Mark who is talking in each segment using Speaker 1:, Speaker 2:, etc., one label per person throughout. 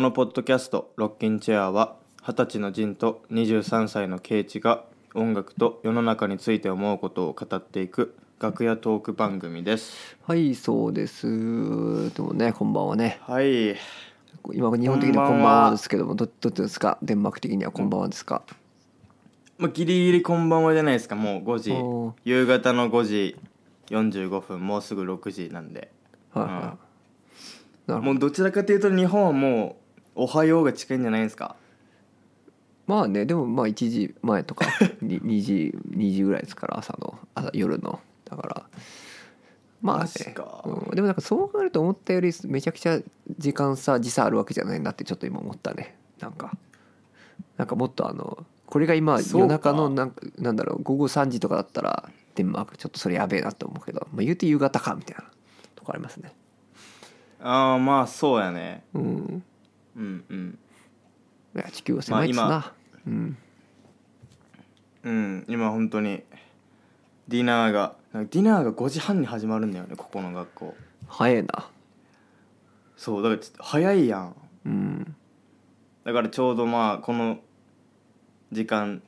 Speaker 1: のポッドキャスト「ロッキンチェアは」二十歳のジンと23歳のケイチが音楽と世の中について思うことを語っていく楽屋トーク番組です
Speaker 2: はいそうですでもねこんばんはね
Speaker 1: はい
Speaker 2: 今日本的にはこんばんはですけどもどどっちですかデンマーク的にはこんばんはですか、
Speaker 1: まあ、ギリギリこんばんはじゃないですかもう5
Speaker 2: おー
Speaker 1: 時夕方の5時45分もうすぐ6時なんで
Speaker 2: はいはなるほど
Speaker 1: もうどちらかというと日本はもう「おはよう」が近いんじゃないですか
Speaker 2: いまあねでもまあ1時前とか に2時2時ぐらいですから朝の朝夜のだからまあ
Speaker 1: マ
Speaker 2: ね
Speaker 1: ジか
Speaker 2: うん、でもなんかそう考えると思ったよりめちゃくちゃ時間差時差あるわけじゃないなってちょっと今思ったねなんかなんかもっとあのこれが今
Speaker 1: そうか
Speaker 2: 夜中のなんかなんだろう午後3時とかだったらデンマークちょっとそれやべえなと思うけど、まあ、言うて夕方かみたいなとこありますね
Speaker 1: ああまあそうやね
Speaker 2: うん
Speaker 1: うんうん
Speaker 2: いや地球は狭いっすな、
Speaker 1: ま
Speaker 2: うん
Speaker 1: うん今本当にディナーがなんかディナーが5時半に始まるんだよねここの学校
Speaker 2: 早いな
Speaker 1: そうだからちょっと早いやん
Speaker 2: うん
Speaker 1: だからちょうどまあこの時間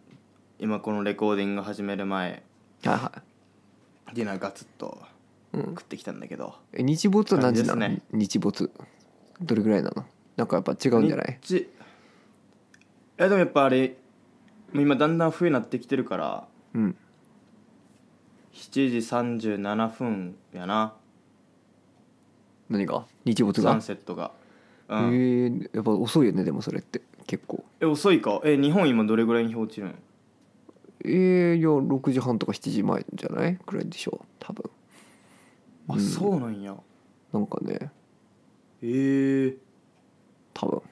Speaker 1: 今このレコーディング始める前
Speaker 2: はいはい
Speaker 1: ディナーガツッと
Speaker 2: うん
Speaker 1: 食ってきたんだけど、
Speaker 2: え日没は何時なの、
Speaker 1: 感じです
Speaker 2: 日没どれぐらいなのなんかやっぱ違うんじゃない
Speaker 1: 日いやでもやっぱあれもう今だんだん冬になってきてるから
Speaker 2: うん
Speaker 1: 7時37分やな
Speaker 2: 何が日没
Speaker 1: サ
Speaker 2: が
Speaker 1: ンセットが、う
Speaker 2: え
Speaker 1: ん
Speaker 2: ー、やっぱ遅いよねでもそれって結構
Speaker 1: え遅いかえ日本今どれぐらいに日落ちるん
Speaker 2: えー、いや6時半とか7時前じゃないくらいでしょう多分
Speaker 1: あ、
Speaker 2: うん
Speaker 1: そうなんや
Speaker 2: なんかね
Speaker 1: えー、
Speaker 2: 多分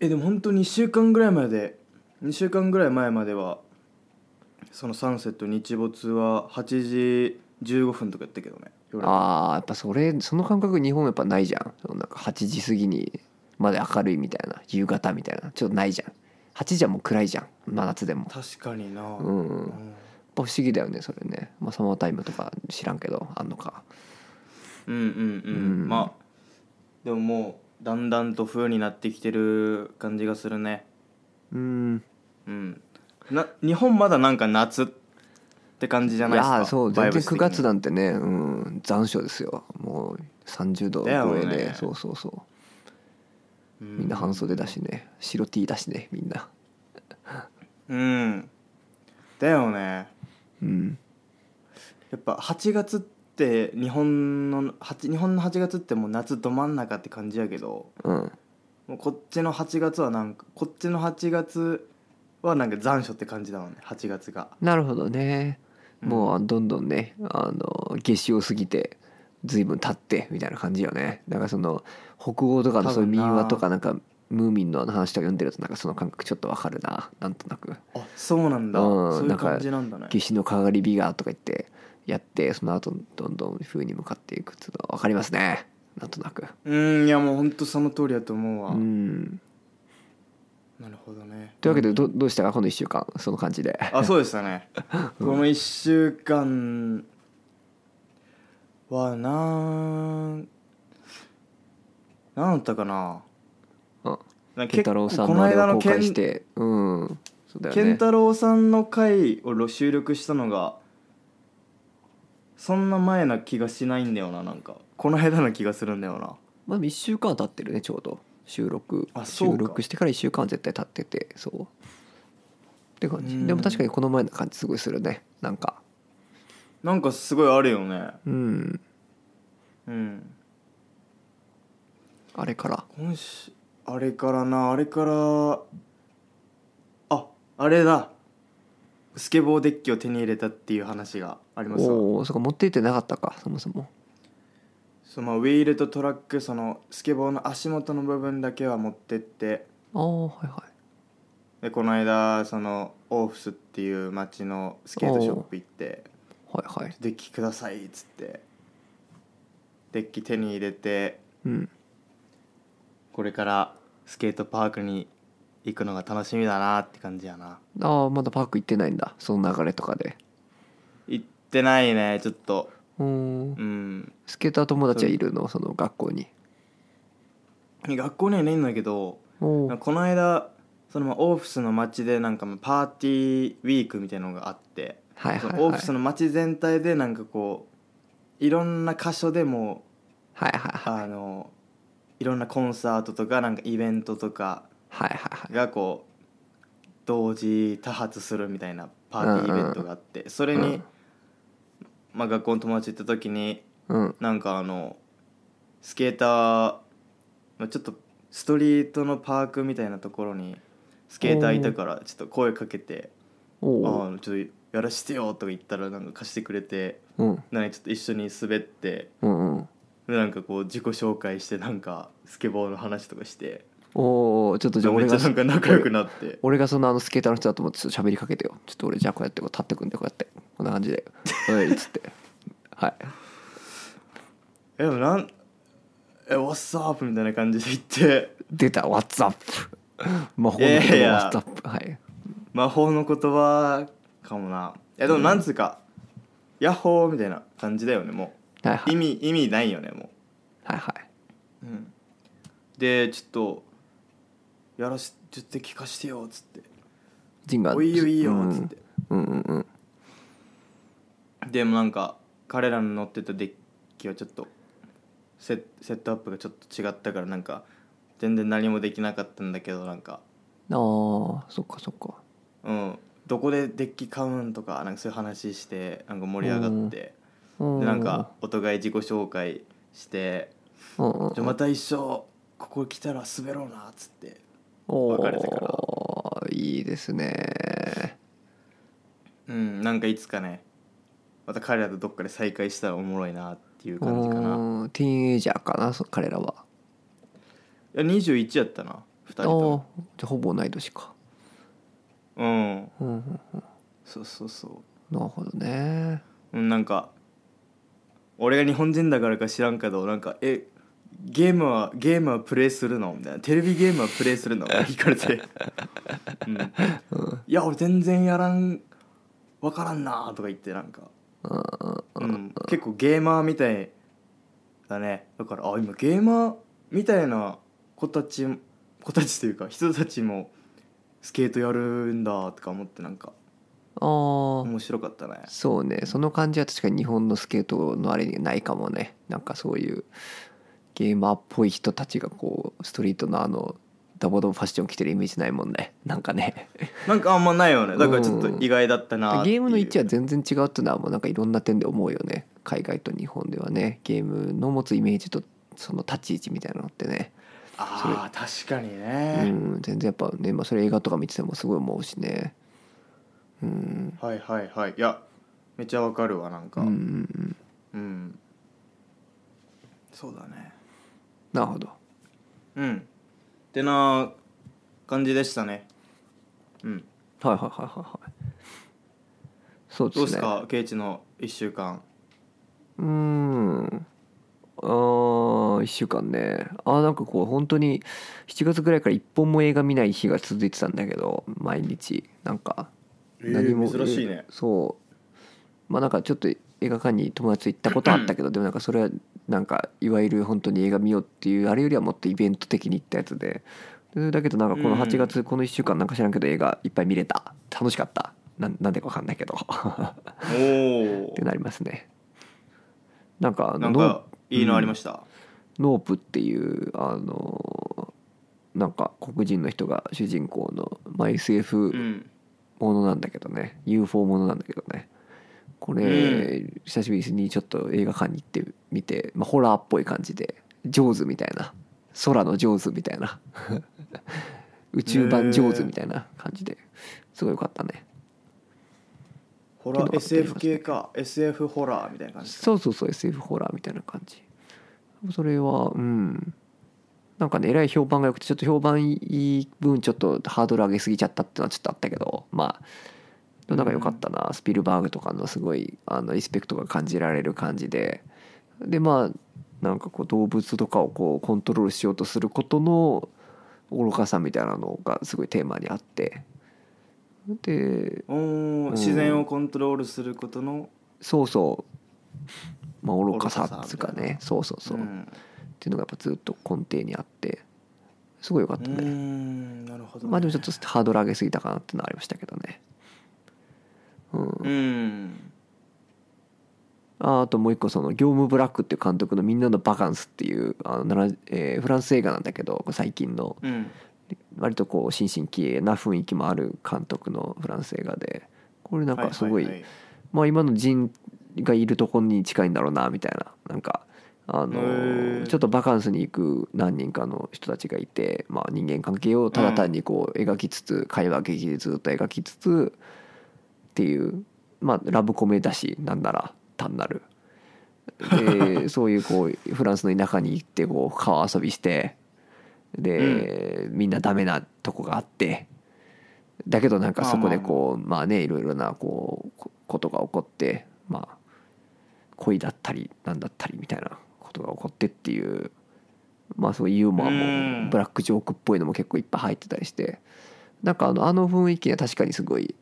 Speaker 1: えでも本当に2週間ぐらいまで2週間ぐらい前まではそのサンセット日没は8時15分とかやったけどね夜
Speaker 2: ああやっぱそれその感覚日本やっぱないじゃんそのなんか8時過ぎにまで明るいみたいな夕方みたいなちょっとないじゃん8時はもう暗いじゃん真夏でも
Speaker 1: 確かにな、
Speaker 2: うんや
Speaker 1: う
Speaker 2: っ
Speaker 1: ん
Speaker 2: ぱ不思議だよねそれねまあサマータイムとか知らんけどあんのか
Speaker 1: うんうんうん、
Speaker 2: うん
Speaker 1: まあでももうだんだんと冬になってきてる感じがするね
Speaker 2: うん
Speaker 1: うんな日本まだなんか夏って感じじゃないですか
Speaker 2: やーそう
Speaker 1: バイブ
Speaker 2: 全然
Speaker 1: ス的
Speaker 2: 9
Speaker 1: に
Speaker 2: 月なんてね、うん、残暑ですよもう30度超
Speaker 1: だ
Speaker 2: え
Speaker 1: よ
Speaker 2: で、
Speaker 1: ね
Speaker 2: そうそうそう
Speaker 1: う
Speaker 2: みんな半袖だしね白 T だしねみんな
Speaker 1: うんだよね
Speaker 2: うん
Speaker 1: やっぱ8月って日本の8日本の8月ってもう夏ど真ん中って感じやけど
Speaker 2: うん
Speaker 1: もうこっちの8月はなんかこっちの8月はなんか残暑って感じだもんね8月が
Speaker 2: なるほどね
Speaker 1: うん
Speaker 2: もうどんどんねあの夏至を過ぎて随分経ってみたいな感じよねなんかその北欧とかのそういう
Speaker 1: 多分な
Speaker 2: 民話とかなんかムーミンの話とか読んでるとなんかその感覚ちょっとわかるななんとなく
Speaker 1: あそうなんだ
Speaker 2: うん
Speaker 1: そうい
Speaker 2: な
Speaker 1: うん
Speaker 2: か
Speaker 1: 感じなんだね
Speaker 2: 夏至のかがり火がとか言ってやってその後どんどん冬に向かっていくっていうのは分かりますねなんとなく
Speaker 1: うんいやもうほんとその通りやと思うわ、
Speaker 2: うん
Speaker 1: なるほどね
Speaker 2: というわけでどどうしたかこの1週間その感じで
Speaker 1: あそうでしたねこの1週間はな何だったかな
Speaker 2: うん
Speaker 1: なんか
Speaker 2: 健
Speaker 1: 結
Speaker 2: 太郎
Speaker 1: 構
Speaker 2: さん
Speaker 1: こ
Speaker 2: の
Speaker 1: の
Speaker 2: あれ
Speaker 1: 間
Speaker 2: を
Speaker 1: の
Speaker 2: 公
Speaker 1: け
Speaker 2: 開
Speaker 1: ん
Speaker 2: してうんそうだよ
Speaker 1: 健
Speaker 2: ね
Speaker 1: 太郎さんの回を収録したのがそんな前な気がしないんだよななんかこの間の気がするんだよな
Speaker 2: まあ、でも1週間は経ってるねちょうど収録
Speaker 1: あそうか
Speaker 2: 収録してから1週間は絶対経っててそうって感
Speaker 1: う
Speaker 2: じ
Speaker 1: ん
Speaker 2: でも確かにこの前の感じすごいするねなんか
Speaker 1: なんかすごいあるよね
Speaker 2: うん
Speaker 1: うん
Speaker 2: あれから
Speaker 1: 今週あれからなあれからああれだスケボーデッキを手に入れたっていう話がありますわ
Speaker 2: おおーそっか持っていってなかったかそもそも
Speaker 1: そのウィールとトラックそのスケボーの足元の部分だけは持ってって
Speaker 2: ああはいはい
Speaker 1: でこの間そのオーフスっていう町のスケートショップ行って
Speaker 2: はいはい
Speaker 1: 「デッキください」っつってデッキ手に入れて
Speaker 2: うん
Speaker 1: これからスケートパークに行くのが楽しみだなって感じやな
Speaker 2: ああまだパーク行ってないんだその流れとかで
Speaker 1: 行ってないねちょっと
Speaker 2: うーん
Speaker 1: うん
Speaker 2: スケーター友達はいるのその学校に
Speaker 1: 学校にはいないんだけど
Speaker 2: お
Speaker 1: なんか
Speaker 2: う
Speaker 1: この間そのまあオーフスの街でなんかまあパーティーウィークみたいなのがあって、
Speaker 2: はい
Speaker 1: そ
Speaker 2: はい
Speaker 1: のオー
Speaker 2: はい
Speaker 1: フスの街全体でなんかこういろんな箇所でも
Speaker 2: はいはい
Speaker 1: あのいろんなコンサートとかなんかイベントとか
Speaker 2: はいはい
Speaker 1: がこう同時多発するみたいなパーティーイベントがあって、それに、
Speaker 2: うん
Speaker 1: まあ、学校の友達行った時に
Speaker 2: うん
Speaker 1: なんかあのスケーターまあちょっとストリートのパークみたいなところにスケーターいたからちょっと声かけて「
Speaker 2: お
Speaker 1: あ
Speaker 2: おう
Speaker 1: ーちょっとやらしてよ」とか言ったらなんか貸してくれて
Speaker 2: うん
Speaker 1: なんかちょっと一緒に滑って
Speaker 2: うんうん
Speaker 1: でなんかこう自己紹介してなんかスケボーの話とかして
Speaker 2: おおちょっとじゃあ
Speaker 1: め
Speaker 2: 俺
Speaker 1: っちゃ
Speaker 2: が
Speaker 1: なんか仲良くなって
Speaker 2: 俺がそのあのスケーターの人だと思ってちょっと喋りかけてよちょっと俺じゃあこうやってこう立ってくんでこうやってこんな 感じで「おい」っつってはい
Speaker 1: えでもなんえワッサープみたいな感じで言って
Speaker 2: 出た「ワッツアップ」魔法の
Speaker 1: いやいや
Speaker 2: ワッツアップはい
Speaker 1: 魔法の言葉かもないやでもなんつうか、ヤッホーみたいな感じだよねも
Speaker 2: はいうはい
Speaker 1: 意味意味ないよねも
Speaker 2: はいはい、
Speaker 1: う、でちょっとやらしちょっと聞かしてよっつって
Speaker 2: ジン
Speaker 1: 「
Speaker 2: が
Speaker 1: おいいよいいよ」
Speaker 2: うん
Speaker 1: っつって、
Speaker 2: うんうんうん
Speaker 1: でもなんか彼らの乗ってたデッキはちょっとセセットアップがちょっと違ったからなんか全然何もできなかったんだけどなんか
Speaker 2: ああそっかそっか
Speaker 1: うんどこでデッキ買うんとかなんかそういう話してなんか盛り上がって、
Speaker 2: うん
Speaker 1: でなんかお互い自己紹介して
Speaker 2: うん
Speaker 1: 「じゃあ
Speaker 2: うん
Speaker 1: また一緒ここ来たら滑ろうな」っつって
Speaker 2: お
Speaker 1: 別れてから
Speaker 2: ーいいですね
Speaker 1: うんなんかいつかねまた彼らとどっかで再会したらおもろいなっていう感じかない
Speaker 2: うんティーンエイジャーかなそ彼らは
Speaker 1: や21やったな2人
Speaker 2: ああ
Speaker 1: と
Speaker 2: ー
Speaker 1: も
Speaker 2: じゃあほぼ同い年か
Speaker 1: うん
Speaker 2: うんうんうん
Speaker 1: そうそうそ
Speaker 2: なるほどね
Speaker 1: ううんなんか俺が日本人だからか知らんけどなんか「えゲームはゲームはプレイするの?」みたいな「テレビゲームはプレイするの?」 って聞かれて「うん、いや俺全然やらんわからんな」とか言ってなんか
Speaker 2: うんうん
Speaker 1: うん、結構ゲーマーみたいだねだからあ今ゲーマーみたいな子たち子たちというか人たちもスケートやるんだとか思ってなんか
Speaker 2: ああ
Speaker 1: 面白かったね
Speaker 2: そうねその感じは確かに日本のスケートのあれにないかもねなんかそういうゲーマーっぽい人たちがこうストリートのあのダボダボファッション着てるイメージないもんねなんかね
Speaker 1: なんかあんまないよねだからちょっと意外だったなってい
Speaker 2: ゲー
Speaker 1: う
Speaker 2: ムの位置は全然違うっていうのはもうなんかいろんな点で思うよね海外と日本ではねゲームの持つイメージとその立ち位置みたいなのってね、
Speaker 1: あー確かに
Speaker 2: う
Speaker 1: ね、
Speaker 2: ん、全然やっぱね、まあ、それ映画とか見ててもすごい思うしねうん
Speaker 1: はいはいはいいやめっちゃわかるわなん
Speaker 2: う
Speaker 1: か
Speaker 2: んうんうん
Speaker 1: うん、そうだね
Speaker 2: なるほど
Speaker 1: うんってな感じでしたねうん
Speaker 2: はいはいはいはいはいそうです
Speaker 1: ど
Speaker 2: ね
Speaker 1: うですかケイチの1週間
Speaker 2: うーんあー1週間ねあーなんかこう本当に7月ぐらいから一本も映画見ない日が続いてたんだけど毎日なんか何も、
Speaker 1: 珍しいね
Speaker 2: そうまあなんかちょっと映画館に友達と行ったことはあったけどでもなんかそれはなんかいわゆる本当に映画見ようっていうあれよりはもっとイベント的に行ったやつででだけどなんかこの
Speaker 1: うん
Speaker 2: 8月この1週間なんか知らんけど映画いっぱい見れた楽しかったなんなんでか分かんないけど っ
Speaker 1: おお
Speaker 2: てなりますねなんかあ
Speaker 1: な
Speaker 2: の
Speaker 1: ん
Speaker 2: ノー
Speaker 1: かいいのありました、
Speaker 2: ノープっていうあのなんか黒人の人が主人公の、まあ、SF
Speaker 1: うん
Speaker 2: ものなんだけどね UFO ものなんだけどねこれ、
Speaker 1: う
Speaker 2: 久しぶりにちょっと映画館に行ってみて、まあ、ホラーっぽい感じでジョーズみたいな空のジョーズみたいな 宇宙版ジョーズみたいな感じですごい良かったね
Speaker 1: ホラ
Speaker 2: けど
Speaker 1: ー SF 系か SF ホラーみたいな感じですか
Speaker 2: そうそうそう SF ホラーみたいな感じそれはうんなんかねえらい評判が良くてちょっと評判いい分ちょっとハードル上げすぎちゃったっていうのはちょっとあったけどまあでもなんか良かったな、スピルバーグとかのすごいあのリスペクトが感じられる感じででまあなんかこう動物とかをこうコントロールしようとすることの愚かさみたいなのがすごいテーマにあってで
Speaker 1: おー自然をコントロールすることの、
Speaker 2: そうそうまあ愚かさっつうか
Speaker 1: 愚かさみたい
Speaker 2: ねそうそうそう、
Speaker 1: ん
Speaker 2: っていうのがやっぱずっと根底にあってすごい良かった
Speaker 1: うー
Speaker 2: ね、
Speaker 1: んなるほど、ね、
Speaker 2: まあでもちょっとハードル上げすぎたかなってのはありましたけどねうん
Speaker 1: うん
Speaker 2: ああともう一個その業務ブラックっていう監督の「みんなのバカンス」っていうあの、ならえーフランス映画なんだけど最近の
Speaker 1: うん
Speaker 2: 割とこう新進気鋭な雰囲気もある監督のフランス映画でこれなんかすごい,、
Speaker 1: ははは
Speaker 2: まあ今のジンがいるところに近いんだろうなみたいななんかあの
Speaker 1: へ
Speaker 2: ー
Speaker 1: え
Speaker 2: ちょっとバカンスに行く何人かの人たちがいて、まあ、人間関係をただ単にこう描きつつ、会話劇でずっと描きつつっていう、まあ、ラブコメだしなんなら単なる。 でそういうこうフランスの田舎に行ってこう川遊びしてで、みんなダメなとこがあってだけどなんかそこでこうまあねいろいろなこうこことが起こってまあ恋だったりなんだったりみたいなことが起こってっていうまあそういうユーモア
Speaker 1: う
Speaker 2: も
Speaker 1: ん
Speaker 2: ブラックジョークっぽいのも結構いっぱい入ってたりしてなんかあのあの雰囲気は確かにすごい、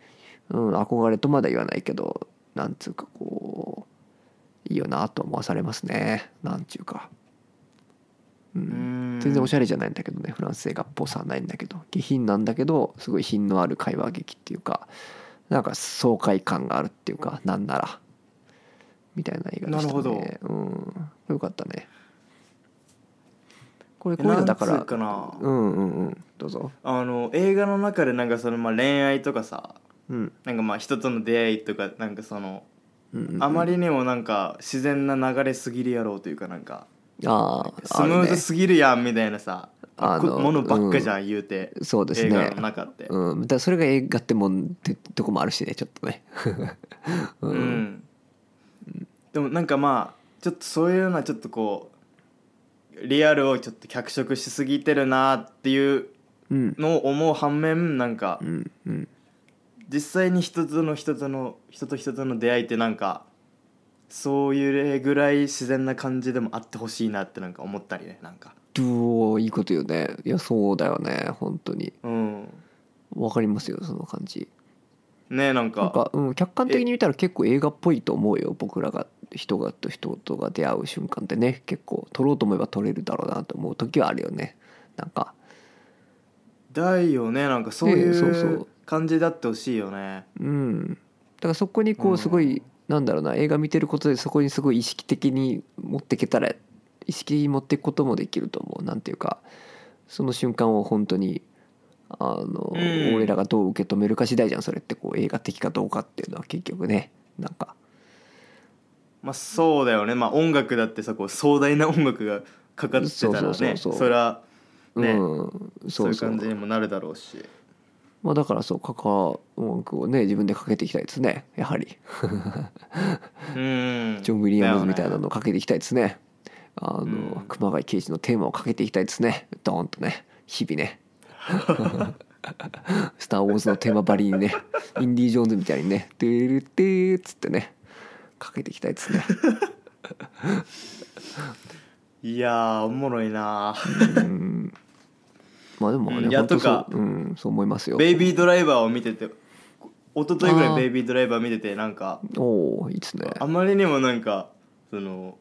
Speaker 2: うん、憧れとまだ言わないけどなんつうかこういいよなと思わされますねなんちゅうか、う、
Speaker 1: うんん
Speaker 2: 全然おしゃれじゃないんだけどねフランス映画っぽさはないんだけど下品なんだけどすごい品のある会話劇っていうかなんか爽快感があるっていうかなんならみたいな映画
Speaker 1: な
Speaker 2: でしたね
Speaker 1: るほど
Speaker 2: うんよかったねこれ
Speaker 1: え
Speaker 2: こういうのだから
Speaker 1: なんつうかな
Speaker 2: うんうんうんどうぞ
Speaker 1: あの映画の中でなんかそのまあ恋愛とかさ
Speaker 2: うん
Speaker 1: なんかまあ人との出会いとかなんかその
Speaker 2: うんうんうん
Speaker 1: あまりにもなんか自然な流れすぎるやろうというかなんか
Speaker 2: あー
Speaker 1: スムーズ
Speaker 2: あ
Speaker 1: すぎるやんみたいなさ
Speaker 2: あの
Speaker 1: こものばっかじゃん言うて
Speaker 2: るねそうです
Speaker 1: 映画
Speaker 2: ね
Speaker 1: の中って
Speaker 2: うんだからそれが映画ってもんってとこもあるしねちょっとね う
Speaker 1: うんんでもなんかまあちょっとそういうのはちょっとこうリアルをちょっと脚色しすぎてるなっていう
Speaker 2: うん
Speaker 1: のを思う反面なんか
Speaker 2: うんうん
Speaker 1: 実際に人との人との人と人との出会いってなんかそういうぐらい自然な感じでもあってほしいなってなんか思ったりねなんか
Speaker 2: うおーいいこと言うねいやそうだよね本当に
Speaker 1: うん
Speaker 2: わかりますよその感じ
Speaker 1: ねなん
Speaker 2: なん
Speaker 1: か
Speaker 2: か、うん、客観的に見たら結構映画っぽいと思うよ僕らが人がと人とが出会う瞬間ってね結構撮ろうと思えば撮れるだろうなと思う時はあるよねなんか
Speaker 1: だよねなんかそうい
Speaker 2: ねそうそうう
Speaker 1: 感じだってほしいよね
Speaker 2: うんだからそこに
Speaker 1: う
Speaker 2: こうんすごい、なんだろうな映画見てることでそこにすごい意識的に持ってけたら意識的に持っていくこともできると思うなんていうかその瞬間を本当にあの、
Speaker 1: うん
Speaker 2: 俺らがどう受け止めるか次第じゃんそれってこう映画的かどうかっていうのは結局ねなんか
Speaker 1: まあそうだよねまあ音楽だってさこう壮大な音楽がかかってたら
Speaker 2: そうそうそ
Speaker 1: ね
Speaker 2: うそう
Speaker 1: そりゃね
Speaker 2: うん、
Speaker 1: そ
Speaker 2: そうう
Speaker 1: いう
Speaker 2: そう
Speaker 1: 感じにもなるだろうし
Speaker 2: まあ、だからそう関音楽をね自分でかけていきたいですねやはり
Speaker 1: うん
Speaker 2: ジョン・ウィリアムズみたいな
Speaker 1: だよね
Speaker 2: のをかけていきたいですねあの、
Speaker 1: うん
Speaker 2: 熊谷刑事のテーマをかけていきたいですねドーンとね日々ね 「スター・ウォーズ」のテーマばりにねインディ・ジョーンズみたいにね「てるてー」っつってねかけていきたいですね
Speaker 1: いやーおもろいな
Speaker 2: うんまあでもね、
Speaker 1: うんいや
Speaker 2: 本当そう
Speaker 1: とか
Speaker 2: うん、そう思いますよ
Speaker 1: ベイビードライバーを見てて一昨日ぐ
Speaker 2: あ
Speaker 1: ら
Speaker 2: ー
Speaker 1: いベイビードライバー見ててなんか
Speaker 2: おおいいですね
Speaker 1: あまりにもなんかその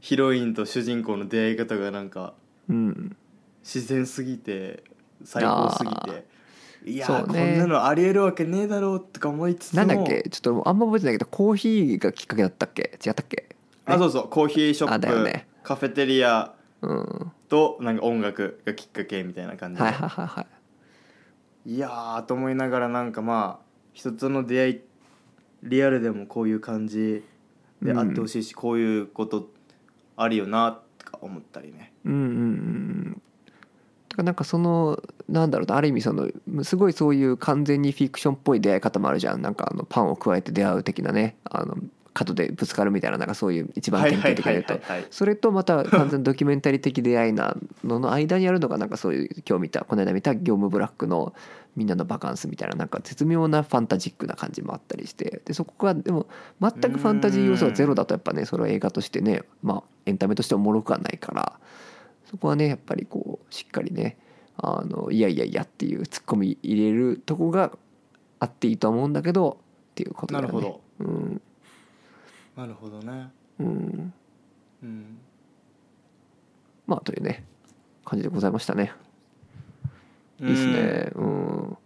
Speaker 1: ヒロインと主人公の出会い方がなんか
Speaker 2: うん
Speaker 1: 自然すぎて最高すぎていや
Speaker 2: そ
Speaker 1: ー、
Speaker 2: う
Speaker 1: こ
Speaker 2: ね
Speaker 1: んなのありえるわけねえだろうとか思いつつも
Speaker 2: なんだっけちょっとあんま覚えてないけどコーヒーがきっかけだったっけ違ったっけ
Speaker 1: あそうそうコーヒーショ
Speaker 2: あ
Speaker 1: ッ
Speaker 2: だよ
Speaker 1: プ、
Speaker 2: ね
Speaker 1: カフェテリア
Speaker 2: うんは
Speaker 1: となんか音楽がきっかけみたいな感
Speaker 2: い
Speaker 1: じで、
Speaker 2: はいはいはい
Speaker 1: い、やーと思いながらなんかまあ人との出会いリアルでもこういう感じであってほしいし、こういうことあるよなとか思ったりね。
Speaker 2: うんうんうんうんだからなんかそのなんだろうなある意味そのすごいそういう完全にフィクションっぽい出会い方もあるじゃんなんかあのパンを加えて出会う的なねあの角でぶつかるみたいななんかそういう一番典型的な言うと
Speaker 1: はい
Speaker 2: それとまた完全にドキュメンタリー的出会いなのの間にあるのがなんかそういう今日見たこの間見た「業務ブラック」の「みんなのバカンス」みたいななんか絶妙なファンタジックな感じもあったりしてでそこがでも全くファンタジー要素がゼロだとやっぱねそれは映画としてねまあエンタメとしておもろくはないからそこはねやっぱりこうしっかりねあのいやいやいやっていうツッコミ入れるとこがあっていいとは思うんだけどっていうことだ
Speaker 1: な
Speaker 2: よ
Speaker 1: る
Speaker 2: ね。
Speaker 1: ほど
Speaker 2: うん
Speaker 1: なるほどね。
Speaker 2: うん
Speaker 1: うん、
Speaker 2: まあというね感じでございましたね。いいっすねうん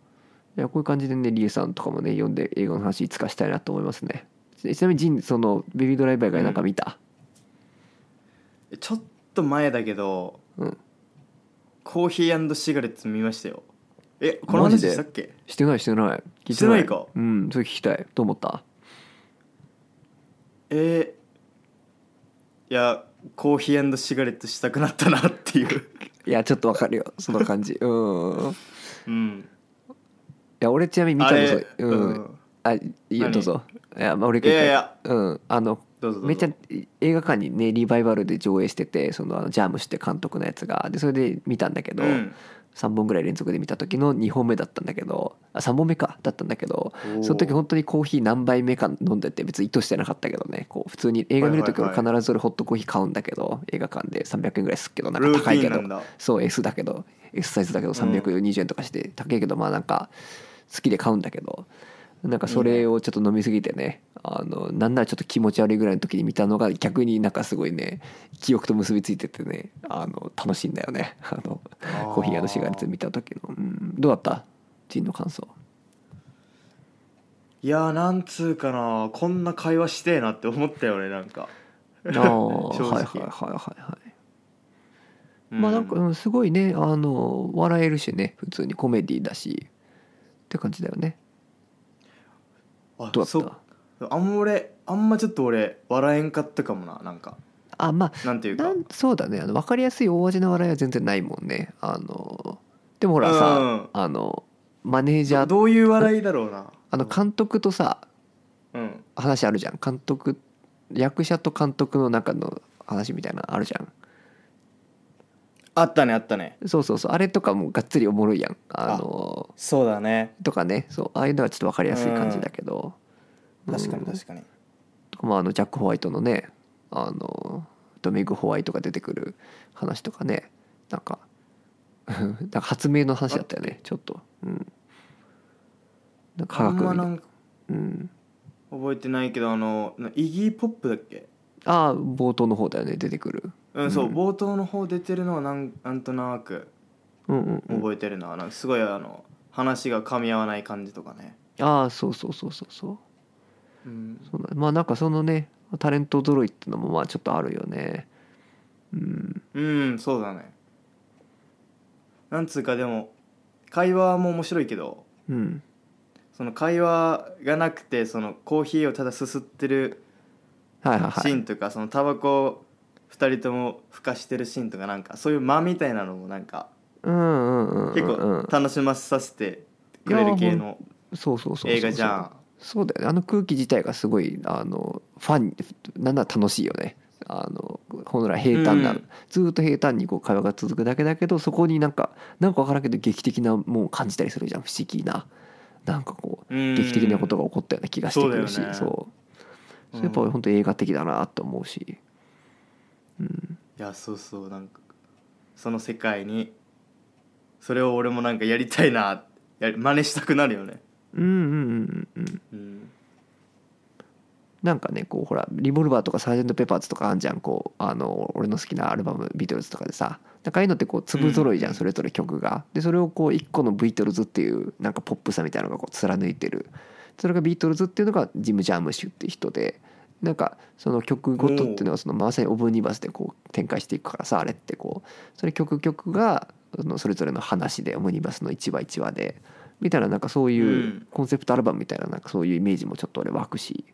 Speaker 2: いやこういう感じでねリエさんとかもね読んで映画の話いつかしたいなと思いますねちちなみにジンそのベビードライバー以外なんか見た、
Speaker 1: うんちょっと前だけど、
Speaker 2: うん
Speaker 1: コーヒーシガレッツ見ましたよえこの
Speaker 2: マジ
Speaker 1: 話
Speaker 2: で
Speaker 1: したっけ
Speaker 2: してないしてない聞い
Speaker 1: してないか
Speaker 2: うんそれ聞きたいどう思った
Speaker 1: えーいやコーヒーシガレッツしたくなったなっていう、
Speaker 2: いやちょっとわかるよその感じうんい
Speaker 1: うん、
Speaker 2: や俺ちなみに見
Speaker 1: あ
Speaker 2: たの
Speaker 1: れ
Speaker 2: そううん、
Speaker 1: うん
Speaker 2: あいいよ
Speaker 1: 何
Speaker 2: どうぞいや、まあ、俺
Speaker 1: いやいや
Speaker 2: うんあの
Speaker 1: どうぞどうぞ
Speaker 2: めっちゃ映画館にねリバイバルで上映しててそのあのジャームして監督のやつがでそれで見たんだけど、
Speaker 1: うん
Speaker 2: 3本ぐらい連続で見た時の2本目だったんだけどあ3本目かだったんだけど
Speaker 1: おー
Speaker 2: その時本当にコーヒー何杯目か飲んでて別に意図してなかったけどねこう普通に映画見る時
Speaker 1: はいは
Speaker 2: は
Speaker 1: いはい
Speaker 2: 必ず俺ホットコーヒー買うんだけど映画館で300円ぐらいすっけどなん
Speaker 1: ル
Speaker 2: か
Speaker 1: ーテ
Speaker 2: 高い
Speaker 1: ィ
Speaker 2: け
Speaker 1: ンな
Speaker 2: ど
Speaker 1: んだ
Speaker 2: そう S だけど S サイズだけど
Speaker 1: ん
Speaker 2: 320円とかして高いけどまあなんか好きで買うんだけどなんかそれをちょっと飲みすぎてねあのなんならちょっと気持ち悪いぐらいの時に見たのが逆になんかすごいね記憶と結びついててねあの楽しいんだよねあの
Speaker 1: ー
Speaker 2: コーヒーシガレッツ見た時の、うん、どうだったジンの 感想
Speaker 1: いやーなんつうかなこんな会話してえなって思ったよねなんか、
Speaker 2: ああ
Speaker 1: 正直
Speaker 2: はいはいはいはいはい、まあなんかうんすごいねあの笑えるしね普通にコメディだしって感じだよね
Speaker 1: あ
Speaker 2: どうだ
Speaker 1: そ
Speaker 2: っ
Speaker 1: う
Speaker 2: た
Speaker 1: あんま俺あんまちょっと俺笑えんかったかもななんか
Speaker 2: あまあ
Speaker 1: なんていうか
Speaker 2: なんそうだねあの分かりやすい大味の笑いは全然ないもんねあのでもほらさ、
Speaker 1: うん
Speaker 2: あのマネージャー
Speaker 1: どういう笑いだろうな
Speaker 2: あの監督とさ
Speaker 1: うん
Speaker 2: 話あるじゃん監督役者と監督の中の話みたいなのあるじゃん
Speaker 1: あったねあったね
Speaker 2: そうそうそうあれとかもがっつりおもろいやんあの
Speaker 1: そうだね
Speaker 2: とかねそうああいうのはちょっと分かりやすい感じだけど、
Speaker 1: 確かに
Speaker 2: うん
Speaker 1: 確かに
Speaker 2: まあ、あのジャック・ホワイトのねあのドメグ・ホワイトが出てくる話とかねなんか なんか発明の話だったよねちょっと、うん、なんか科
Speaker 1: あん
Speaker 2: 学
Speaker 1: まな
Speaker 2: み
Speaker 1: んか
Speaker 2: たいうん、
Speaker 1: 覚えてないけどあのなイギー・ポップだっけ
Speaker 2: ああ冒頭の方だよね出てくる
Speaker 1: うんそう、
Speaker 2: うん
Speaker 1: 冒頭の方出てるのはなんなんとなく
Speaker 2: うんうん、うん、
Speaker 1: 覚えてるのはなんかすごいあの話が噛み合わない感じとかね
Speaker 2: ああそうそうそうそうそう
Speaker 1: うん
Speaker 2: そうだまあなんかそのねタレント揃いってのもまあちょっとあるよねうん
Speaker 1: うんそうだねなんつうかでも会話も面白いけど
Speaker 2: うん
Speaker 1: その会話がなくてそのコーヒーをただすすってる
Speaker 2: はいはい
Speaker 1: シ
Speaker 2: はい
Speaker 1: ーンとか、そのタバコを2人ともふかしてるシーンとかなんかそういう間みたいなのもなんか
Speaker 2: うんうんうんうん、うん、
Speaker 1: 結構楽しませさせてくれる系の
Speaker 2: そうそうそうそう
Speaker 1: 映画じゃん、
Speaker 2: そうだよねあの空気自体がすごいあのファンなんなら楽しいよねあのほんなら平坦な、
Speaker 1: うん
Speaker 2: ずーっと平坦にこう会話が続くだけだけどそこになんかなんか分からんけど劇的なもんを感じたりするじゃん不思議ななんかこう
Speaker 1: うん
Speaker 2: 劇的なことが起こったような気がしてくるし、
Speaker 1: そうだよね
Speaker 2: そう
Speaker 1: うん
Speaker 2: やっぱ本当映画的だなと思うし、うん、
Speaker 1: いやそうそうなんかその世界にそれを俺もなんかやりたいなやり真似したくなるよね
Speaker 2: うんうんうんうんうん
Speaker 1: うん
Speaker 2: なんかねこうほらリボルバーとかサージェント・ペパーズとかあんじゃんこうあの俺の好きなアルバムビートルズとかでさなんかああいうのってこう粒揃いじゃん、
Speaker 1: うん
Speaker 2: それぞれ曲がでそれをこう一個のビートルズっていうなんかポップさみたいなのがこう貫いてるそれがビートルズっていうのがジム・ジャームシュっていう人でなんかその曲ごとっていうのはそのまさにオブニバスでこう展開していくからさあれってこうそれ曲曲がそのそれぞれの話でオムニバスの一話一話でみたいななんかそういううんコンセプトアルバムみたいななんかそういうイメージもちょっと俺湧くし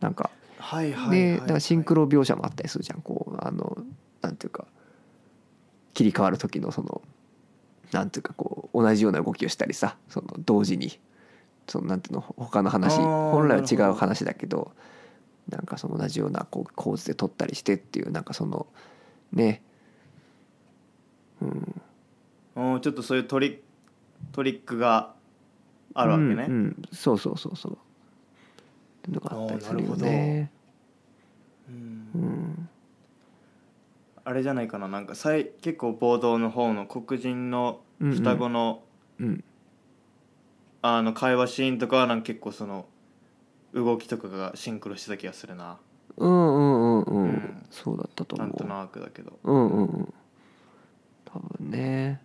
Speaker 2: なんか
Speaker 1: はいはいはい、はい、
Speaker 2: でだからシンクロ描写もあったりするじゃんこうあのなんていうか切り替わる時のそのなんていうかこう同じような動きをしたりさその同時にそのなんていうの他の話
Speaker 1: あー
Speaker 2: 本来は違
Speaker 1: なる
Speaker 2: う
Speaker 1: ほど
Speaker 2: 話だけどなんかその同じようなこう構図で撮ったりしてっていうなんかそのねうん
Speaker 1: うんちょっとそういうトリトリックがあるわけね、
Speaker 2: うんうんそうそうそうそうっていうのがあったりするよね。
Speaker 1: うん
Speaker 2: うん、
Speaker 1: あれじゃないかななんかさい結構冒頭の方の黒人の双子の、
Speaker 2: うん
Speaker 1: あの会話シーンとかはなんか結構その動きとかがシンクロしてた気がするな
Speaker 2: うんうんうんう
Speaker 1: うんん
Speaker 2: そうだったと思
Speaker 1: な
Speaker 2: うん
Speaker 1: となくだけど
Speaker 2: うんうんうん多分ね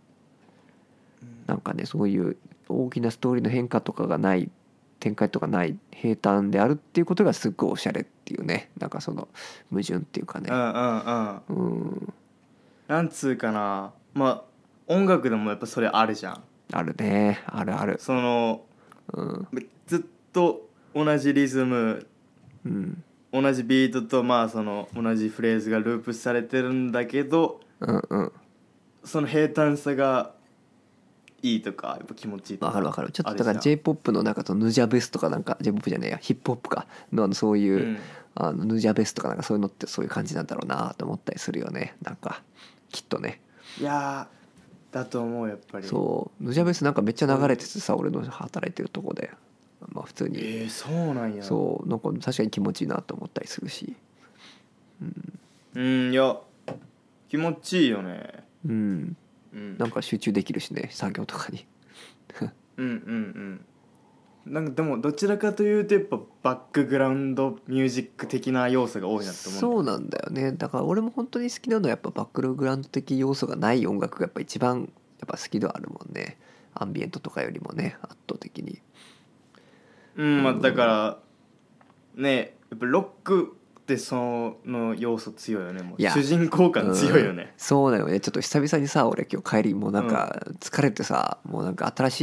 Speaker 2: なんかねそういう大きなストーリーの変化とかがない展開とかない平坦であるっていうことがすっごいおしゃれっていうねなんかその矛盾っていうかね
Speaker 1: うんうんうん
Speaker 2: うん
Speaker 1: なんつうかなまあ音楽でもやっぱそれあるじゃん
Speaker 2: あるねあるある
Speaker 1: その
Speaker 2: うん
Speaker 1: ずっと同じリズム
Speaker 2: うん
Speaker 1: 同じビートとまあその同じフレーズがループされてるんだけど
Speaker 2: うんうん
Speaker 1: その平坦さがいいとかやっぱ気持ちいいと
Speaker 2: わ
Speaker 1: か
Speaker 2: かるわかるちょっ
Speaker 1: あ
Speaker 2: とだか
Speaker 1: れ
Speaker 2: ら
Speaker 1: じゃん
Speaker 2: j p o p のなんかそのヌジャベスとかなんか j p o p じゃねえやヒップホップかのあのそういう、
Speaker 1: うん
Speaker 2: あのヌジャベスとかなんかそういうのってそういう感じなんだろうなと思ったりするよねなんかきっとね
Speaker 1: いやーだと思うやっぱり
Speaker 2: そうヌジャベスなんかめっちゃ流れててさ俺の働いてるとこでまあ普通に
Speaker 1: えー、そうなんや
Speaker 2: そうなんか確かに気持ちいいなと思ったりするし
Speaker 1: うんいや気持ちいいよね
Speaker 2: うん
Speaker 1: うん
Speaker 2: なんか集中できるしね作業とかに
Speaker 1: うんうんうんなんかでもどちらかというとやっぱバックグラウンドミュージック的な要素が多いなって思う
Speaker 2: そうなんだよねだから俺も本当に好きなのはやっぱバックグラウンド的要素がない音楽がやっぱ一番やっぱ好きではあるもんねアンビエントとかよりもね圧倒的に
Speaker 1: うんまあ
Speaker 2: うん
Speaker 1: だからねやっぱロックってその要素強いよねもう
Speaker 2: いや
Speaker 1: 主人公感強いよ
Speaker 2: うん
Speaker 1: ね
Speaker 2: そうだよねちょっと久々にさ俺今日帰りもうなんか疲れてさ、もうなんか新し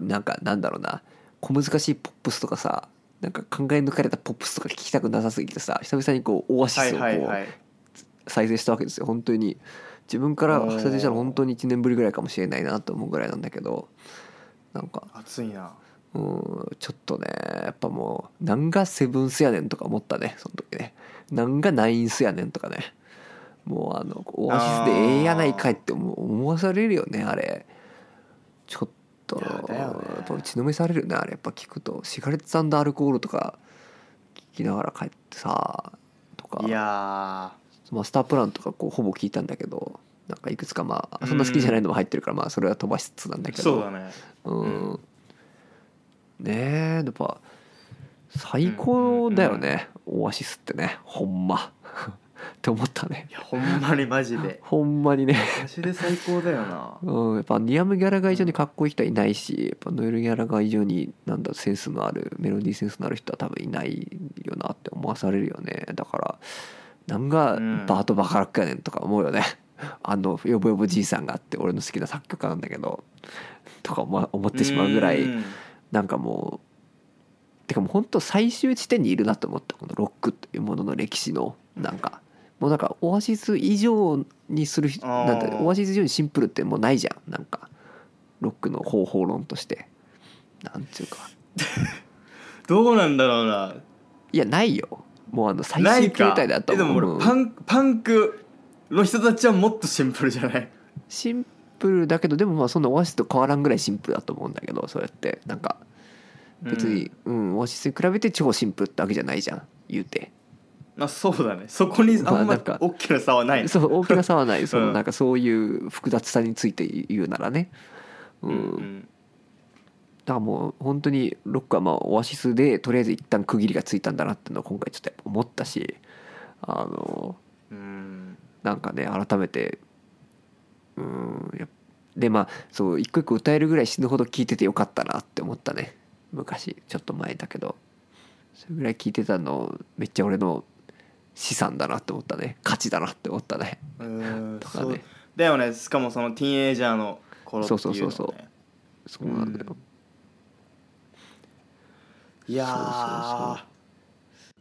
Speaker 2: いなんかなんだろうな小難しいポップスとかさなんか考え抜かれたポップスとか聞きたくなさすぎてさ久々にこうオアシ
Speaker 1: は
Speaker 2: ス
Speaker 1: い
Speaker 2: をこ
Speaker 1: はいうはい
Speaker 2: 再生したわけですよ本当に自分から
Speaker 1: おー
Speaker 2: 再生したの本当に1年ぶりぐらいかもしれないなと思うぐらいなんだけどなんか
Speaker 1: 熱いな
Speaker 2: うんちょっとねやっぱもうなんがセブンスやねんとか思ったねその時ねなんがナインスやねんとかねもうあのオアシスでええやないかいって思思わされるよねあれちょっと
Speaker 1: いやだよね
Speaker 2: やっぱ打ちのめされるよねあれやっぱ聞くとシガレッツアルコールとか聞きながら帰ってさとか
Speaker 1: いや
Speaker 2: マスタープランとかこうほぼ聞いたんだけどなんかいくつかまあそんな好きじゃないのも入ってるからまあそれは飛ばしつつなんだ
Speaker 1: ー
Speaker 2: けど
Speaker 1: そうだね
Speaker 2: うんねえやっぱ最高だよね、オアシスってねほんま って思ったね
Speaker 1: いやほんまにマジで
Speaker 2: ほんまにね、
Speaker 1: マジで最高だよな
Speaker 2: うん、やっぱニアム・ギャラが以上にかっこいい人はいないしやっぱノエル・ギャラが以上になんだセンスのあるメロディーセンスのある人は多分いないよなって思わされるよねだからなんが
Speaker 1: うん
Speaker 2: バート・バカラックやねんとか思うよね あのヨボヨボじいさんがあって俺の好きな作曲家なんだけどとか思思ってしまうぐらい。
Speaker 1: ん
Speaker 2: なんかもうてかもう本当最終地点にいるなと思ったこのロックというものの歴史のなんかもうなんかオアシス以上にするひ
Speaker 1: あー
Speaker 2: なんだオアシス以上にシンプルってもうないじゃんなんかロックの方法論としてなんていうか
Speaker 1: どうなんだろうない
Speaker 2: やないよもうあの最
Speaker 1: な
Speaker 2: 終
Speaker 1: い
Speaker 2: 形
Speaker 1: か
Speaker 2: 態だった
Speaker 1: えでも
Speaker 2: うん
Speaker 1: 俺パンパンクの人たちはもっとシンプルじゃない
Speaker 2: シンプルだけどでもまあそんなオアシスと変わらんぐらいシンプルだと思うんだけどそうやってなんか別に、うんオアシスに比べて超シンプルってわけじゃないじゃん言うて。
Speaker 1: まあそうだねそこにあん
Speaker 2: まあな
Speaker 1: ま
Speaker 2: んか
Speaker 1: 大きな差はないね
Speaker 2: そう大きな差はない、そうの
Speaker 1: ん
Speaker 2: なんかそういう複雑さについて言うならね、うん
Speaker 1: うん
Speaker 2: だからもう本当にロックはまあオアシスでとりあえず一旦区切りがついたんだなっていうのを今回ちょっとやっぱ思ったしあの
Speaker 1: うん
Speaker 2: なんかね改めてうんやっでまあそう一個一個歌えるぐらい死ぬほど聴いててよかったなって思ったね昔ちょっと前だけどそれぐらい聴いてたのめっちゃ俺の資産だなって思ったね価値だなって思ったね
Speaker 1: うん
Speaker 2: とか
Speaker 1: そう
Speaker 2: ね
Speaker 1: だよねしかもそのティーンエイジャーの頃っていうの、ね、
Speaker 2: そうそうそうそそうなんだよ、
Speaker 1: うんいやー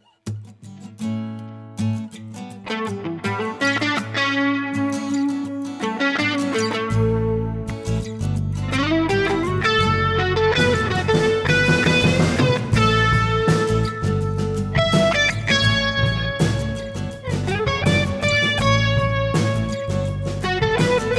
Speaker 3: 「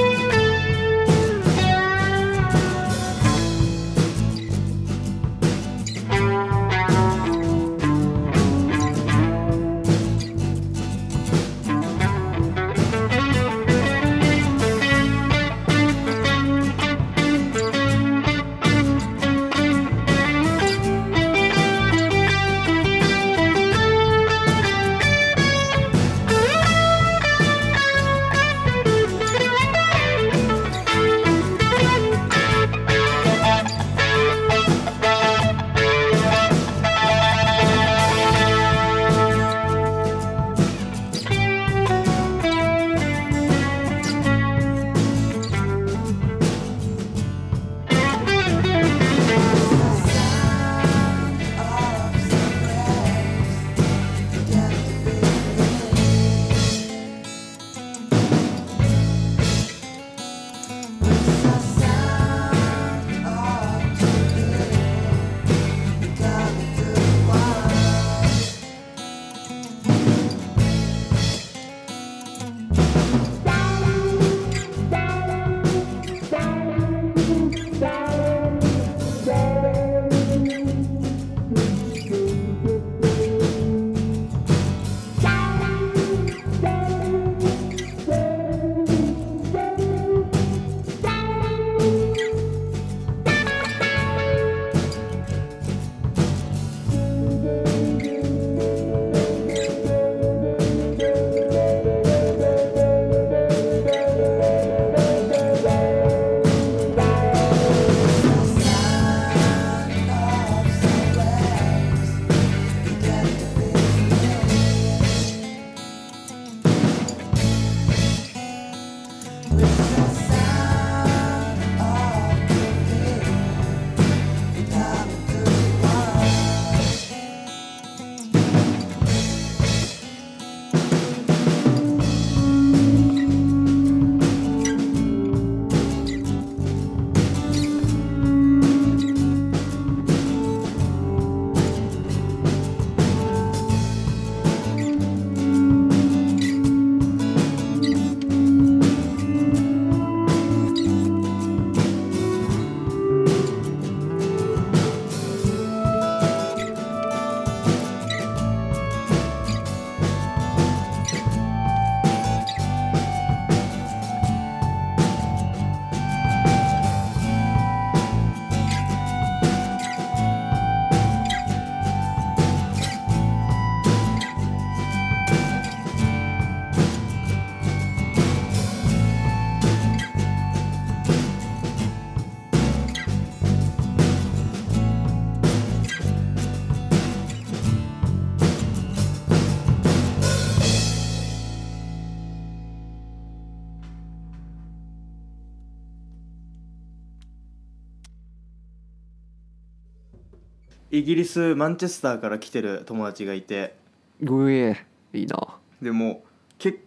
Speaker 1: イギリスマンチェスターから来てる友達がいて
Speaker 2: ぐえいいな
Speaker 1: でもけ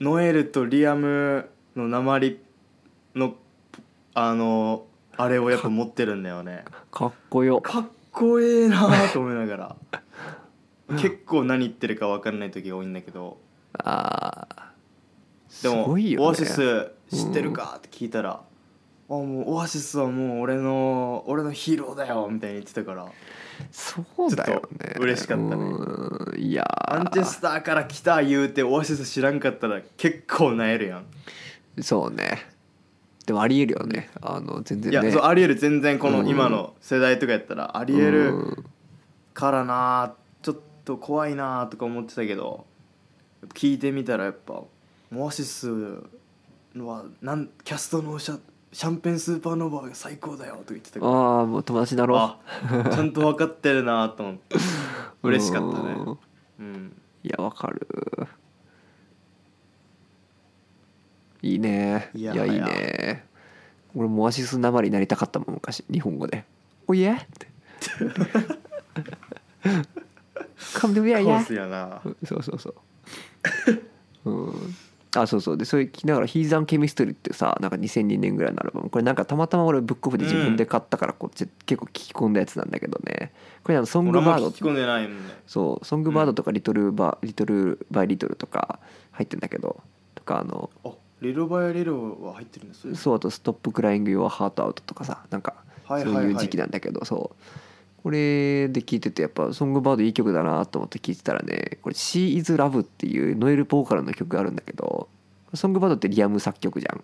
Speaker 1: ノエルとリアムの鉛のあのあれをやっぱ持ってるんだよね
Speaker 2: かっこよ
Speaker 1: かっこええなと思いながら結構何言ってるか分かんない時が多いんだけど
Speaker 2: あー
Speaker 1: ですも、
Speaker 2: ごいよ、ね、
Speaker 1: オアシス知ってるかって聞いたら、あもうオアシスはもう俺の俺のヒーローだよみたいに言ってたから
Speaker 2: そうだよ
Speaker 1: ちょっ
Speaker 2: ね
Speaker 1: と嬉しかったね
Speaker 2: うんいやー
Speaker 1: マンチェスターから来た言うてオアシス知らんかったら結構なえるやん
Speaker 2: そうねでもありえるよねあの全然
Speaker 1: い
Speaker 2: ね
Speaker 1: や、そうありえる全然こ
Speaker 2: う
Speaker 1: の
Speaker 2: ん
Speaker 1: 今の世代とかやったらありえるからなちょっと怖いなとか思ってたけど聞いてみたらやっぱオアシスはなんキャストのシャシャンペンスーパーノーバーが最高だよとか言ってたから
Speaker 2: ああもう友達になろ
Speaker 1: あちゃんと分かってるなと思って
Speaker 2: う
Speaker 1: 嬉しかった
Speaker 2: う
Speaker 1: ね
Speaker 2: ん
Speaker 1: うん
Speaker 2: いやわかるいいねい
Speaker 1: い
Speaker 2: や
Speaker 1: や
Speaker 2: いいね俺もオアシスなまりになりたかったもん昔日本語で「おいえ?」って カムドゥ
Speaker 1: カ
Speaker 2: ヤイヤ
Speaker 1: オスやな
Speaker 2: そうそうそう。うん。あそうそうでそれ聞きながら「ヒーザンケミストリー」ってさなんか2002年ぐらいのアルバムこれなんかたまたま俺ブックオフで自分で買ったからこっち結構聞き込んだやつなんだけどねこれあのソン
Speaker 1: 俺
Speaker 2: グ
Speaker 1: あんま
Speaker 2: バード
Speaker 1: 聞き込んでないもんね
Speaker 2: そう「ソングバード」とかリトルバ、リトルバイリトル」とか入ってんだけどとかあの
Speaker 1: あリロバやリロは入ってるんです
Speaker 2: そうあと「ストップ・クライング・ヨア・ハート・アウト」とかさなんかそう
Speaker 1: はいはいはい
Speaker 2: いう時期なんだけどそうこれで聴いててやっぱ「ソングバード」いい曲だなと思って聴いてたらねこれ「She is Love」っていうノエル・ボーカルの曲があるんだけど「ソングバード」ってリアム作曲じゃん。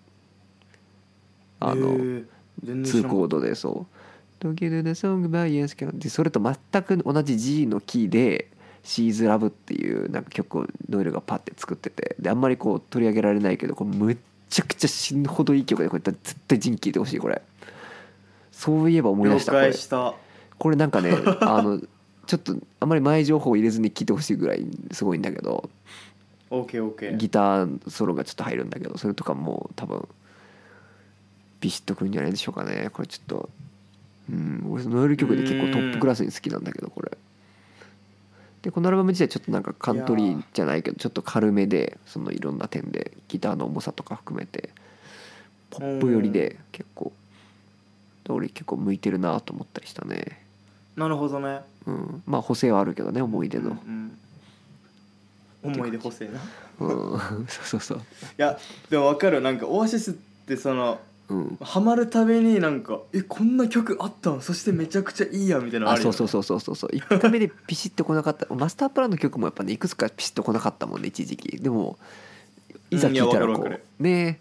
Speaker 2: あ
Speaker 1: へ
Speaker 2: の
Speaker 1: ー全然知
Speaker 2: 2
Speaker 1: らん
Speaker 2: コードでそう「Don't give the song by yes can」でそれと全く同じ G のキーで「She is Love」っていうなんか曲をノエルがパッて作っててであんまりこう取り上げられないけどこれむっちゃくちゃ死ぬほどいい曲でこれ絶対ジン聴いてほしいこれそういえば思い出
Speaker 1: 了
Speaker 2: したこれ
Speaker 1: 解した
Speaker 2: これなんかねあのちょっとあんまり前情報を入れずに聴いてほしいぐらいすごいんだけど
Speaker 1: OKOK
Speaker 2: ギターソロがちょっと入るんだけどそれとかもう多分ビシッとくるんじゃないでしょうかねこれちょっとうん俺ノエル曲で結構トップクラスに好きなんだけどこれでこのアルバム自体ちょっとなんかカントリーじゃないけどちょっと軽めでそのいろんな点でギターの重さとか含めてポップ寄りで結構俺結構向いてるなと思ったりしたね
Speaker 1: なるほどね
Speaker 2: うんまあ補正はあるけどね思い出
Speaker 1: う
Speaker 2: の
Speaker 1: んうん思い出補正ない
Speaker 2: うんそうそうそう
Speaker 1: やでも分かるなんかオアシスってその
Speaker 2: うん
Speaker 1: ハマるたびになんかえこんな曲あったのそしてめちゃくちゃいいやみたいなの
Speaker 2: あ
Speaker 1: るよ
Speaker 2: そ
Speaker 1: ね
Speaker 2: うそうそうそうそうそう1回目でピシッとこなかった マスタープランの曲もやっぱねいくつかピシッとこなかったもんね一時期でもいざ
Speaker 1: うんい
Speaker 2: 聴
Speaker 1: や
Speaker 2: いたら
Speaker 1: わ
Speaker 2: こ
Speaker 1: かるわか
Speaker 2: うね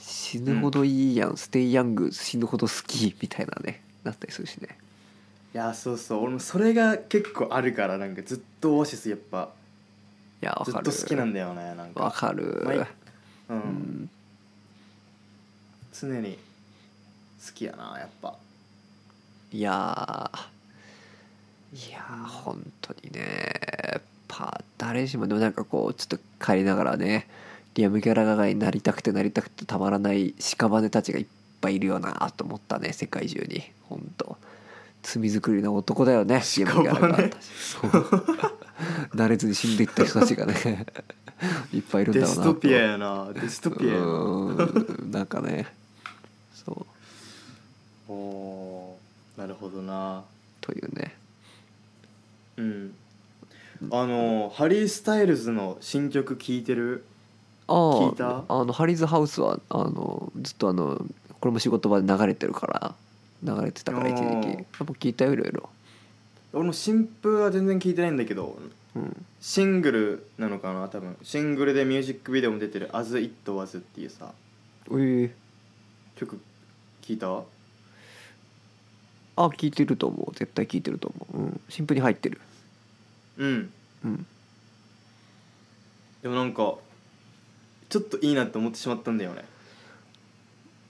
Speaker 2: 死ぬほどいいやん、ステイヤング死ぬほど好きみたいなねなったりするしね
Speaker 1: いやそうそう俺もそれが結構あるからなんかずっとオアシスやっぱ
Speaker 2: いやわ
Speaker 1: ず
Speaker 2: か
Speaker 1: っ
Speaker 2: る
Speaker 1: と好きなんだよねなん
Speaker 2: わ
Speaker 1: か
Speaker 2: かる、
Speaker 1: まあいうん、
Speaker 2: うん、
Speaker 1: 常に好きやなやっぱ
Speaker 2: いやーいやー本当にねやっぱ誰しもでもなんかこうちょっと帰りながらねリアム・ギャラガーになりたくてなりたくてたまらない屍たちがいっぱいいるよなと思ったね世界中に本当罪作りの男だよねリアム・ギャラガーたちそう 慣れずに死んでいった人たちがねいっぱいいるん
Speaker 1: デ
Speaker 2: だろう
Speaker 1: ス
Speaker 2: な
Speaker 1: トピアやなデストピアやな
Speaker 2: うーんなんかねそう
Speaker 1: おーなるほどな
Speaker 2: というね
Speaker 1: うんあのハリー・スタイルズの新曲聴いてる
Speaker 2: あー
Speaker 1: 聞いた
Speaker 2: あのハリーズハウスはあのずっとあのこれも仕事場で流れてるから流れてたから
Speaker 1: あ
Speaker 2: 一
Speaker 1: ー
Speaker 2: 時期やっぱ聞いたよいろいろ
Speaker 1: 俺も新譜は全然聴いてないんだけど
Speaker 2: うん
Speaker 1: シングルなのかな多分シングルでミュージックビデオも出てる「As It Was」っていうさ
Speaker 2: ええ
Speaker 1: 曲聞いた
Speaker 2: あ聞いてると思う絶対聞いてると思う、うん、新譜に入ってる
Speaker 1: うん
Speaker 2: うん
Speaker 1: でもなんかちょっといいなって思ってしまったんだよね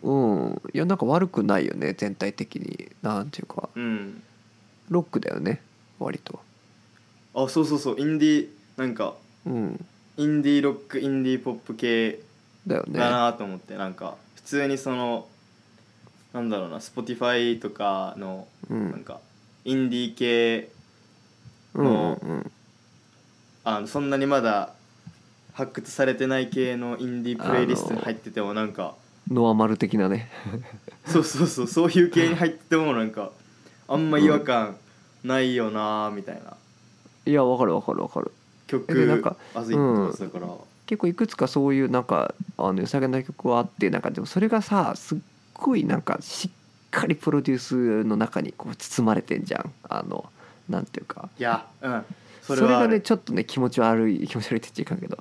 Speaker 2: うんいやなんか悪くないよね全体的になんていうか
Speaker 1: うん
Speaker 2: ロックだよね割と
Speaker 1: あそうそうそうインディーなんか
Speaker 2: うん
Speaker 1: インディーロックインディーポップ系
Speaker 2: だよね
Speaker 1: だなと思って、なんか普通にそのなんだろうな Spotify とかの
Speaker 2: う
Speaker 1: なん
Speaker 2: ん
Speaker 1: かインディー系
Speaker 2: うんうんうん
Speaker 1: あのそんなにまだ発掘されてない系のインディープレイリストに入っててもなんか
Speaker 2: ノアマル的なね
Speaker 1: そうそうそうそういう系に入っててもなんかあんま違和感ないよなーみたいない
Speaker 2: やわかるわかるわかる
Speaker 1: 曲
Speaker 2: でなんか
Speaker 1: あずいってますだから、
Speaker 2: 結構いくつかそういうなんかあの良さげな曲はあってなんかでもそれがさすっごいなんかしっかりプロデュースの中にこう包まれてんじゃんあのなんていうか
Speaker 1: いやうん
Speaker 2: そ
Speaker 1: そ
Speaker 2: れ
Speaker 1: れはあ
Speaker 2: が
Speaker 1: る
Speaker 2: ねちょっとね気持ち悪い気持ち悪いって言っちゃいかんけど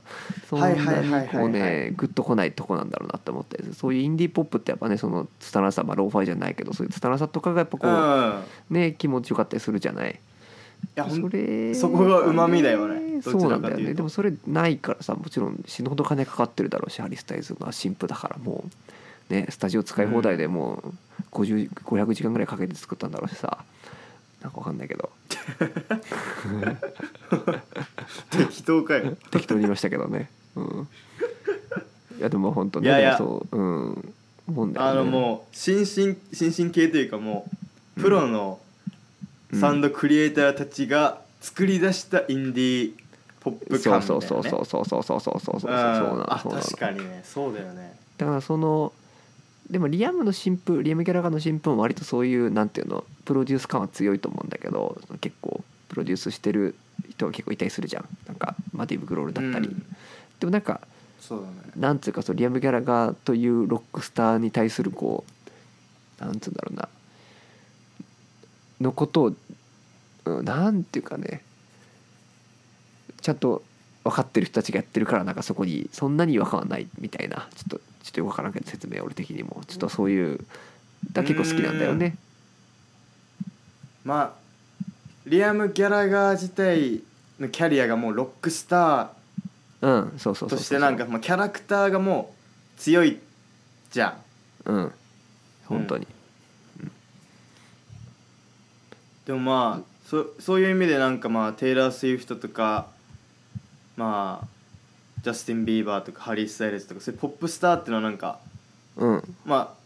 Speaker 2: そんな
Speaker 1: はいはいはいはいは
Speaker 2: に
Speaker 1: い
Speaker 2: こうねグッとこないとこなんだろうなって思ってそういうインディーポップってやっぱねその拙さまあローファイじゃないけどそういう拙さとかがやっぱ
Speaker 1: うん
Speaker 2: こうね気持ちよかったりするじゃない
Speaker 1: いやほん
Speaker 2: それ
Speaker 1: そこが旨味だよねどち
Speaker 2: そうな
Speaker 1: ら
Speaker 2: ん
Speaker 1: か
Speaker 2: だよ
Speaker 1: という
Speaker 2: ね
Speaker 1: と
Speaker 2: でもそれないからさもちろん死ぬほど金かかってるだろうしハリー・スタイルズが新婦だからもうねスタジオ使い放題でもう50 500時間ぐらいかけて作ったんだろうしさなんかわかんないけど
Speaker 1: 適当かよ
Speaker 2: 適当に言いましたけどね、うん、いやでも本当ね
Speaker 1: いやいや
Speaker 2: だからそううん思うんだよ
Speaker 1: あ
Speaker 2: ね
Speaker 1: のもう新進新進系というかもうプロの
Speaker 2: うん
Speaker 1: サウンドクリエイターたちが作り出したインディーポップ
Speaker 2: そ
Speaker 1: 感
Speaker 2: う
Speaker 1: みたい
Speaker 2: そ
Speaker 1: な、
Speaker 2: う
Speaker 1: ね、
Speaker 2: そうそうそうそうそうそうそうそうそう
Speaker 1: うん
Speaker 2: なの
Speaker 1: あ
Speaker 2: そうなの
Speaker 1: 確かにねそうだよね
Speaker 2: だからそのでもリアムの新婦リアム・ギャラガーの新婦も割とそういうなんていうのプロデュース感は強いと思うんだけど結構プロデュースしてる人は結構いたりするじゃんなんかマディブ・グロールだったり、
Speaker 1: うん
Speaker 2: でもなんか
Speaker 1: そうだね
Speaker 2: なんつうかそうリアム・ギャラガーというロックスターに対するこうなんつうんだろうなのことを、うん、なんていうかねちゃんと分かってる人たちがやってるからなんかそこにそんなに違和感はないみたいなちょっとちょっとよく分からんけど説明俺的にもちょっとそういうだから結構好きなんだよね。
Speaker 1: まあリアム・ギャラガー自体のキャリアがもうロックスタ
Speaker 2: うん、そう
Speaker 1: ー
Speaker 2: そう
Speaker 1: と
Speaker 2: そうそう
Speaker 1: してなんか、まあ、キャラクターがもう強いじゃん
Speaker 2: うん本当に、
Speaker 1: でもまあそそういう意味でなんかまあテイラー・スウィフトとかまあジャスティン・ビーバーとかハリー・スタイルズとかそういうポップスターっていうのはなんか
Speaker 2: うん、
Speaker 1: まあ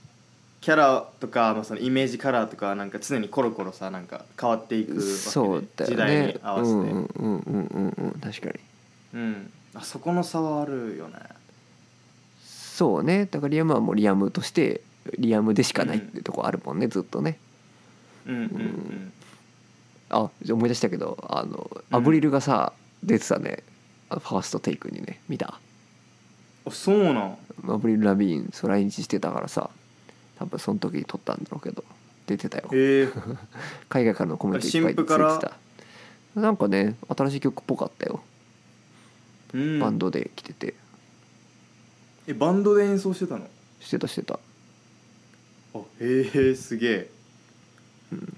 Speaker 1: キャラとか、まあ、そのイメージカラーとかはなんか常にコロコロさなんか変わっていくわけで
Speaker 2: そうだよ
Speaker 1: 時代に
Speaker 2: ね。
Speaker 1: 合わせ
Speaker 2: う
Speaker 1: て、
Speaker 2: んうんうんうんうんうん確かに。
Speaker 1: うんあそこの差はあるよね
Speaker 2: そうねだからリアムはもうリアムとしてリアムでしかないっていうとこあるもんね、ずっとね
Speaker 1: うんうんうん
Speaker 2: あ思い出したけどあの
Speaker 1: うん
Speaker 2: アブリルがさ、出てたねあファーストテイクにね見た
Speaker 1: あそうなん
Speaker 2: アブリル・ラビーンそう来日してたからさ多分その時に撮ったんだろうけど出てたよ
Speaker 1: へえ
Speaker 2: 海外からのコメントいっぱいつい
Speaker 1: 新婦
Speaker 2: て
Speaker 1: から
Speaker 2: たなんかね新しい曲っぽかったよ
Speaker 1: うん
Speaker 2: バンドで来てて、
Speaker 1: えバンドで演奏してたの
Speaker 2: してたしてた
Speaker 1: あへえすげえ、
Speaker 2: うん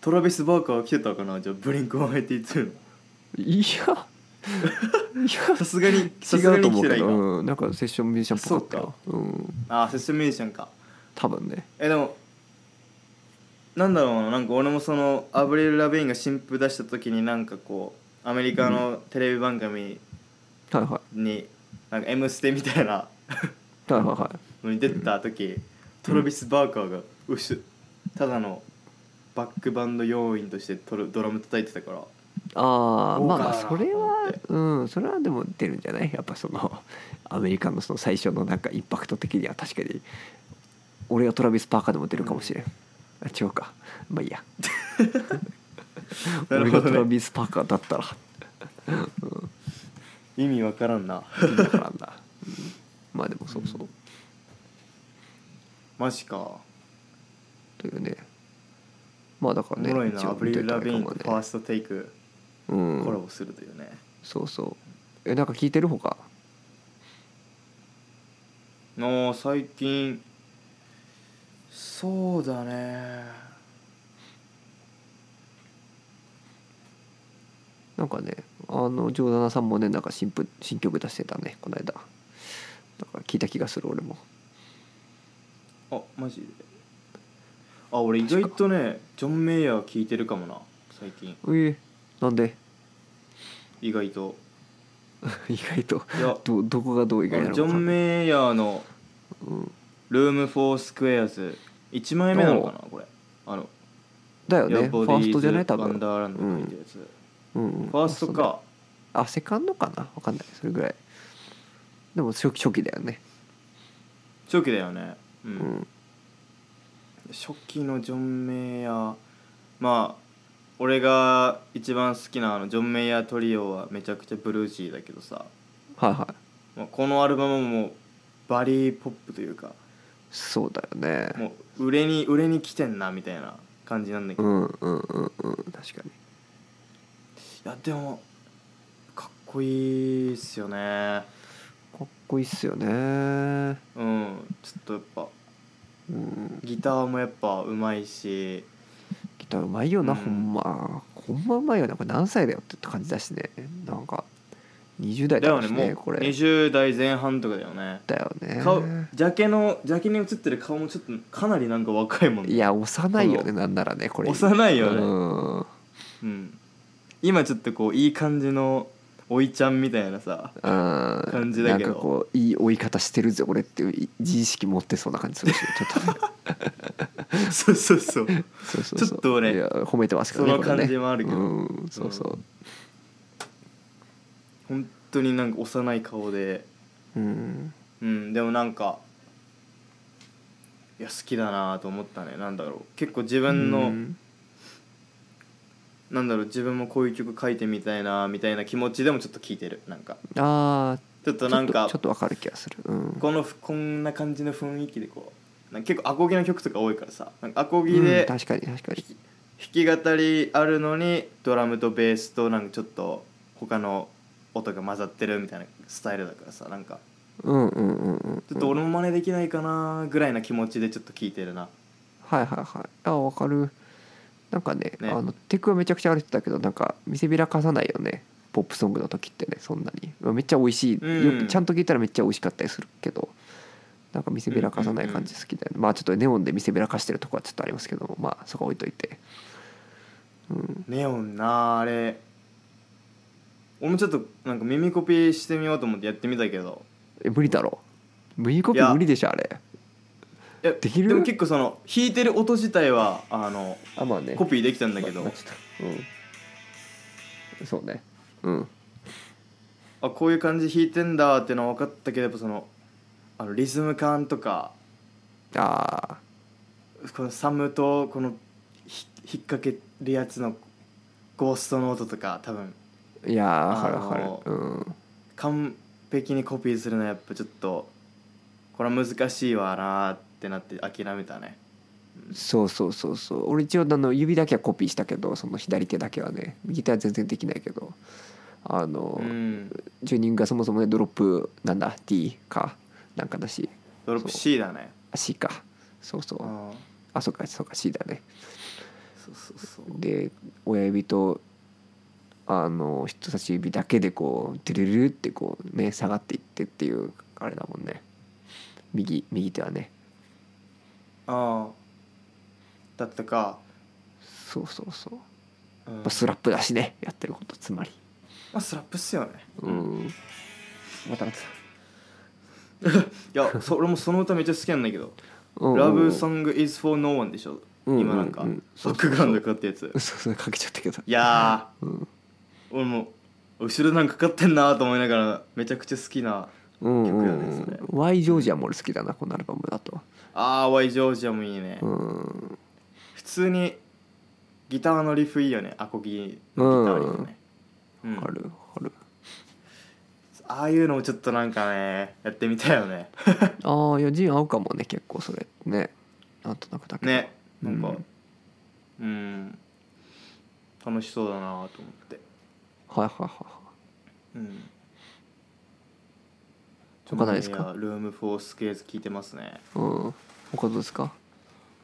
Speaker 1: トラビス・バーカーは来てたかなじゃあブリンク・ワンエイティツー
Speaker 2: いや
Speaker 1: のさすがにさ
Speaker 2: 違
Speaker 1: すが
Speaker 2: う
Speaker 1: に来
Speaker 2: と思う
Speaker 1: てない
Speaker 2: け
Speaker 1: か、
Speaker 2: ど、うん、なんかセッションミュージシャンっぽかったようん
Speaker 1: ああセッションミュージシャンか
Speaker 2: 多分ね
Speaker 1: えでもなんだろうななんか俺もそのアブリル・ラビーンが新譜出した時になんかこうアメリカのテレビ番組
Speaker 2: はいはい
Speaker 1: に「なんか M ステ」みたいな
Speaker 2: はいはいはい
Speaker 1: のに出てた時、トラビス・バーカーがうしただのバックバンド要員としてトルドラム叩いてたから
Speaker 2: ああ
Speaker 1: 豪
Speaker 2: ま
Speaker 1: 華
Speaker 2: あ
Speaker 1: だ
Speaker 2: ま
Speaker 1: な
Speaker 2: あそれ
Speaker 1: と思っ
Speaker 2: は
Speaker 1: て
Speaker 2: うんそれはでも出るんじゃないやっぱそのアメリカのその最初のなんかインパクト的には確かに俺がトラビス・パーカーでも出るかもしれん、あ違うかまあいいや
Speaker 1: なる
Speaker 2: 俺
Speaker 1: ほ
Speaker 2: が
Speaker 1: どね
Speaker 2: トラビス・パーカーだったら
Speaker 1: 意味わからんな
Speaker 2: だからなんだ、うんまあでもそうそう
Speaker 1: マジか
Speaker 2: というねまあだか
Speaker 1: お
Speaker 2: らね
Speaker 1: もろい
Speaker 2: 一
Speaker 1: な
Speaker 2: 応
Speaker 1: アブリル・ラビーン
Speaker 2: 見と
Speaker 1: とフ
Speaker 2: いた
Speaker 1: ァー
Speaker 2: らいいか
Speaker 1: ストテイク
Speaker 2: もね
Speaker 1: コ
Speaker 2: う
Speaker 1: ラ
Speaker 2: ん
Speaker 1: ボするというね、
Speaker 2: そうそうえなんか聞いてるほか
Speaker 1: の最近そうだね
Speaker 2: なんかねあのジョーダナさんもねなんか新譜新曲出してたねこの間なんか聞いた気がする俺も
Speaker 1: あマジであ俺意外とねジョン・メイヤー聞いてるかもな最近
Speaker 2: ええなんで
Speaker 1: 意外と
Speaker 2: 意外と
Speaker 1: いや
Speaker 2: どどこがどう意外なの
Speaker 1: ジ
Speaker 2: か
Speaker 1: ョン・メイヤーの
Speaker 2: うん
Speaker 1: 「ルーム・フォー・スクエアズ」1枚目なのかなこれあの
Speaker 2: だよ
Speaker 1: い
Speaker 2: ね
Speaker 1: や
Speaker 2: フ
Speaker 1: ボ
Speaker 2: ァ
Speaker 1: ディ
Speaker 2: ー
Speaker 1: ー
Speaker 2: ス
Speaker 1: ズ
Speaker 2: トじゃない多
Speaker 1: ワン
Speaker 2: 分
Speaker 1: ダーランド書いたやつ、
Speaker 2: うんうん
Speaker 1: ファーストか
Speaker 2: あセカンドかな分かんないそれぐらいでも初期初期だよね
Speaker 1: 初期だよねうん、
Speaker 2: うん
Speaker 1: 初期のジョン・メイヤーまあ俺が一番好きなあのジョン・メイヤートリオはめちゃくちゃブルーシーだけどさ、
Speaker 2: はいはい
Speaker 1: まあ、このアルバムもバリーポップというか
Speaker 2: そうだよね
Speaker 1: もう売れに売れに来てんなみたいな感じなんだけ
Speaker 2: う
Speaker 1: ど、い
Speaker 2: んうんうんうん確かに
Speaker 1: やでもかっこいいっすよね
Speaker 2: かっこいいっすよね
Speaker 1: うんちょっとやっぱ
Speaker 2: うん
Speaker 1: ギターもやっぱうまいし
Speaker 2: ギターうまいよな、
Speaker 1: うん
Speaker 2: ほんまほんまうまいよなこれ何歳だよって感じだしねなんか20代
Speaker 1: だ
Speaker 2: だ
Speaker 1: よ
Speaker 2: よ
Speaker 1: ね
Speaker 2: ね
Speaker 1: もう
Speaker 2: これ
Speaker 1: 20代前半とかだよね
Speaker 2: だよね
Speaker 1: 顔ジャケのジャケに映ってる顔もちょっとかなりなんか若いもんね
Speaker 2: いや幼いよねなんならねこれ
Speaker 1: 幼いよね
Speaker 2: うん
Speaker 1: うん、今ちょっとこういい感じのおいちゃんみたいなさ
Speaker 2: 感
Speaker 1: じだけど
Speaker 2: なんかこういい追い方してるぜ俺っていうい自意識持ってそうな感じするしちょっとね
Speaker 1: そうそうそう
Speaker 2: そうそうそう
Speaker 1: ちょっとね
Speaker 2: いや褒めてますけどね
Speaker 1: その
Speaker 2: これね
Speaker 1: 感じもあるけど
Speaker 2: うんそうそう
Speaker 1: 本当になんか幼い顔で
Speaker 2: うん
Speaker 1: うんでもなんかいや好きだなと思ったねなんだろう結構自分の、
Speaker 2: うん
Speaker 1: なんだろう自分もこういう曲書いてみたいなみたいな気持ちでもちょっと聞いてるなんか
Speaker 2: あ
Speaker 1: ちょっと
Speaker 2: あ
Speaker 1: なんか
Speaker 2: ちょっとわかる気がするうん
Speaker 1: このふこんな感じの雰囲気でこうなんか結構アコギの曲とか多いからさなんかアコギ
Speaker 2: う
Speaker 1: で
Speaker 2: ん確かに確かに
Speaker 1: 弾き語りあるのにドラムとベースとなんかちょっと他の音が混ざってるみたいなスタイルだからさなんか
Speaker 2: うんうんうんうん
Speaker 1: ちょっと俺も真似できないかなぐらいな気持ちでちょっと聞いてるな
Speaker 2: はいはいはいあわかるなんかね
Speaker 1: ね
Speaker 2: あのテクはめちゃくちゃある人だけどなんか見せびらかさないよねポップソングの時ってねそんなにめっちゃ美味しい、
Speaker 1: うん
Speaker 2: よくちゃんと聞いたらめっちゃ美味しかったりするけどなんか見せびらかさない感じ好きだよね、まあちょっとネオンで見せびらかしてるとこはちょっとありますけどもまあそこは置いといてうん
Speaker 1: ネオンなあれ俺もちょっとなんか耳コピーしてみようと思ってやってみたけど
Speaker 2: え無理だろ無理コピ
Speaker 1: い
Speaker 2: ー
Speaker 1: や
Speaker 2: 無理でしょあれ
Speaker 1: いや
Speaker 2: できる
Speaker 1: も結構その弾いてる音自体はあの
Speaker 2: あまあね
Speaker 1: コピーできたんだけ
Speaker 2: ま
Speaker 1: ど
Speaker 2: あちょっとうんそうねうん
Speaker 1: あこういう感じ弾いてんだっていうのは分かったけどやっぱそのあのリズム感とか
Speaker 2: ああ
Speaker 1: このサムとこのひ引っ掛けるやつのゴーストの音とか多分
Speaker 2: いやーわかるわか
Speaker 1: あの
Speaker 2: るうん
Speaker 1: 完璧にコピーするのはやっぱちょっとこれは難しいわなーってなって諦めたね
Speaker 2: そうそうそうそう俺一応あの指だけはコピーしたけどその左手だけはね右手は全然できないけどあの、
Speaker 1: うん
Speaker 2: チューニングがそもそもねドロップなんだ D かなんかだし
Speaker 1: ドロップ C だね
Speaker 2: あ C かそうそううんあそうかそうか C だね
Speaker 1: そうそうそう
Speaker 2: で親指とあの人差し指だけでこうテレルルってこうね下がっていってっていうあれだもんね右右手はね
Speaker 1: ああだったか
Speaker 2: そうそうそう、
Speaker 1: うん
Speaker 2: まあ、スラップだしねやってることつまり
Speaker 1: まあスラップっすよね
Speaker 2: うんまたまた
Speaker 1: いやそ俺もその歌めっちゃ好きなんだけど「
Speaker 2: ラ
Speaker 1: Love Song is for No One」でしょ今なんかバックグラウンドかかったやつ
Speaker 2: そうそうかけちゃったけど
Speaker 1: いや
Speaker 2: うん
Speaker 1: ー俺も後ろなんかかかってんなと思いながらめちゃくちゃ好きな
Speaker 2: うんう
Speaker 1: 曲よね
Speaker 2: ん
Speaker 1: それ
Speaker 2: Y ジョージアも俺好きだなこのアルバムだと
Speaker 1: あー Y ジョージアもいいね、
Speaker 2: うん
Speaker 1: 普通にギターのリフいいよねアコギのギターリフね、うん
Speaker 2: わかるわかる
Speaker 1: ああいうのもちょっとなんかねやってみたいよ ね
Speaker 2: ああいやジン合うかもね結構それねなんとなくだけど
Speaker 1: ねなんか
Speaker 2: う
Speaker 1: う
Speaker 2: ん
Speaker 1: ん楽しそうだなと思って
Speaker 2: はいはいはいは
Speaker 1: うん
Speaker 2: 他ないですか
Speaker 1: いやルームフォースケーズ聞いてますね
Speaker 2: いうん他どうですか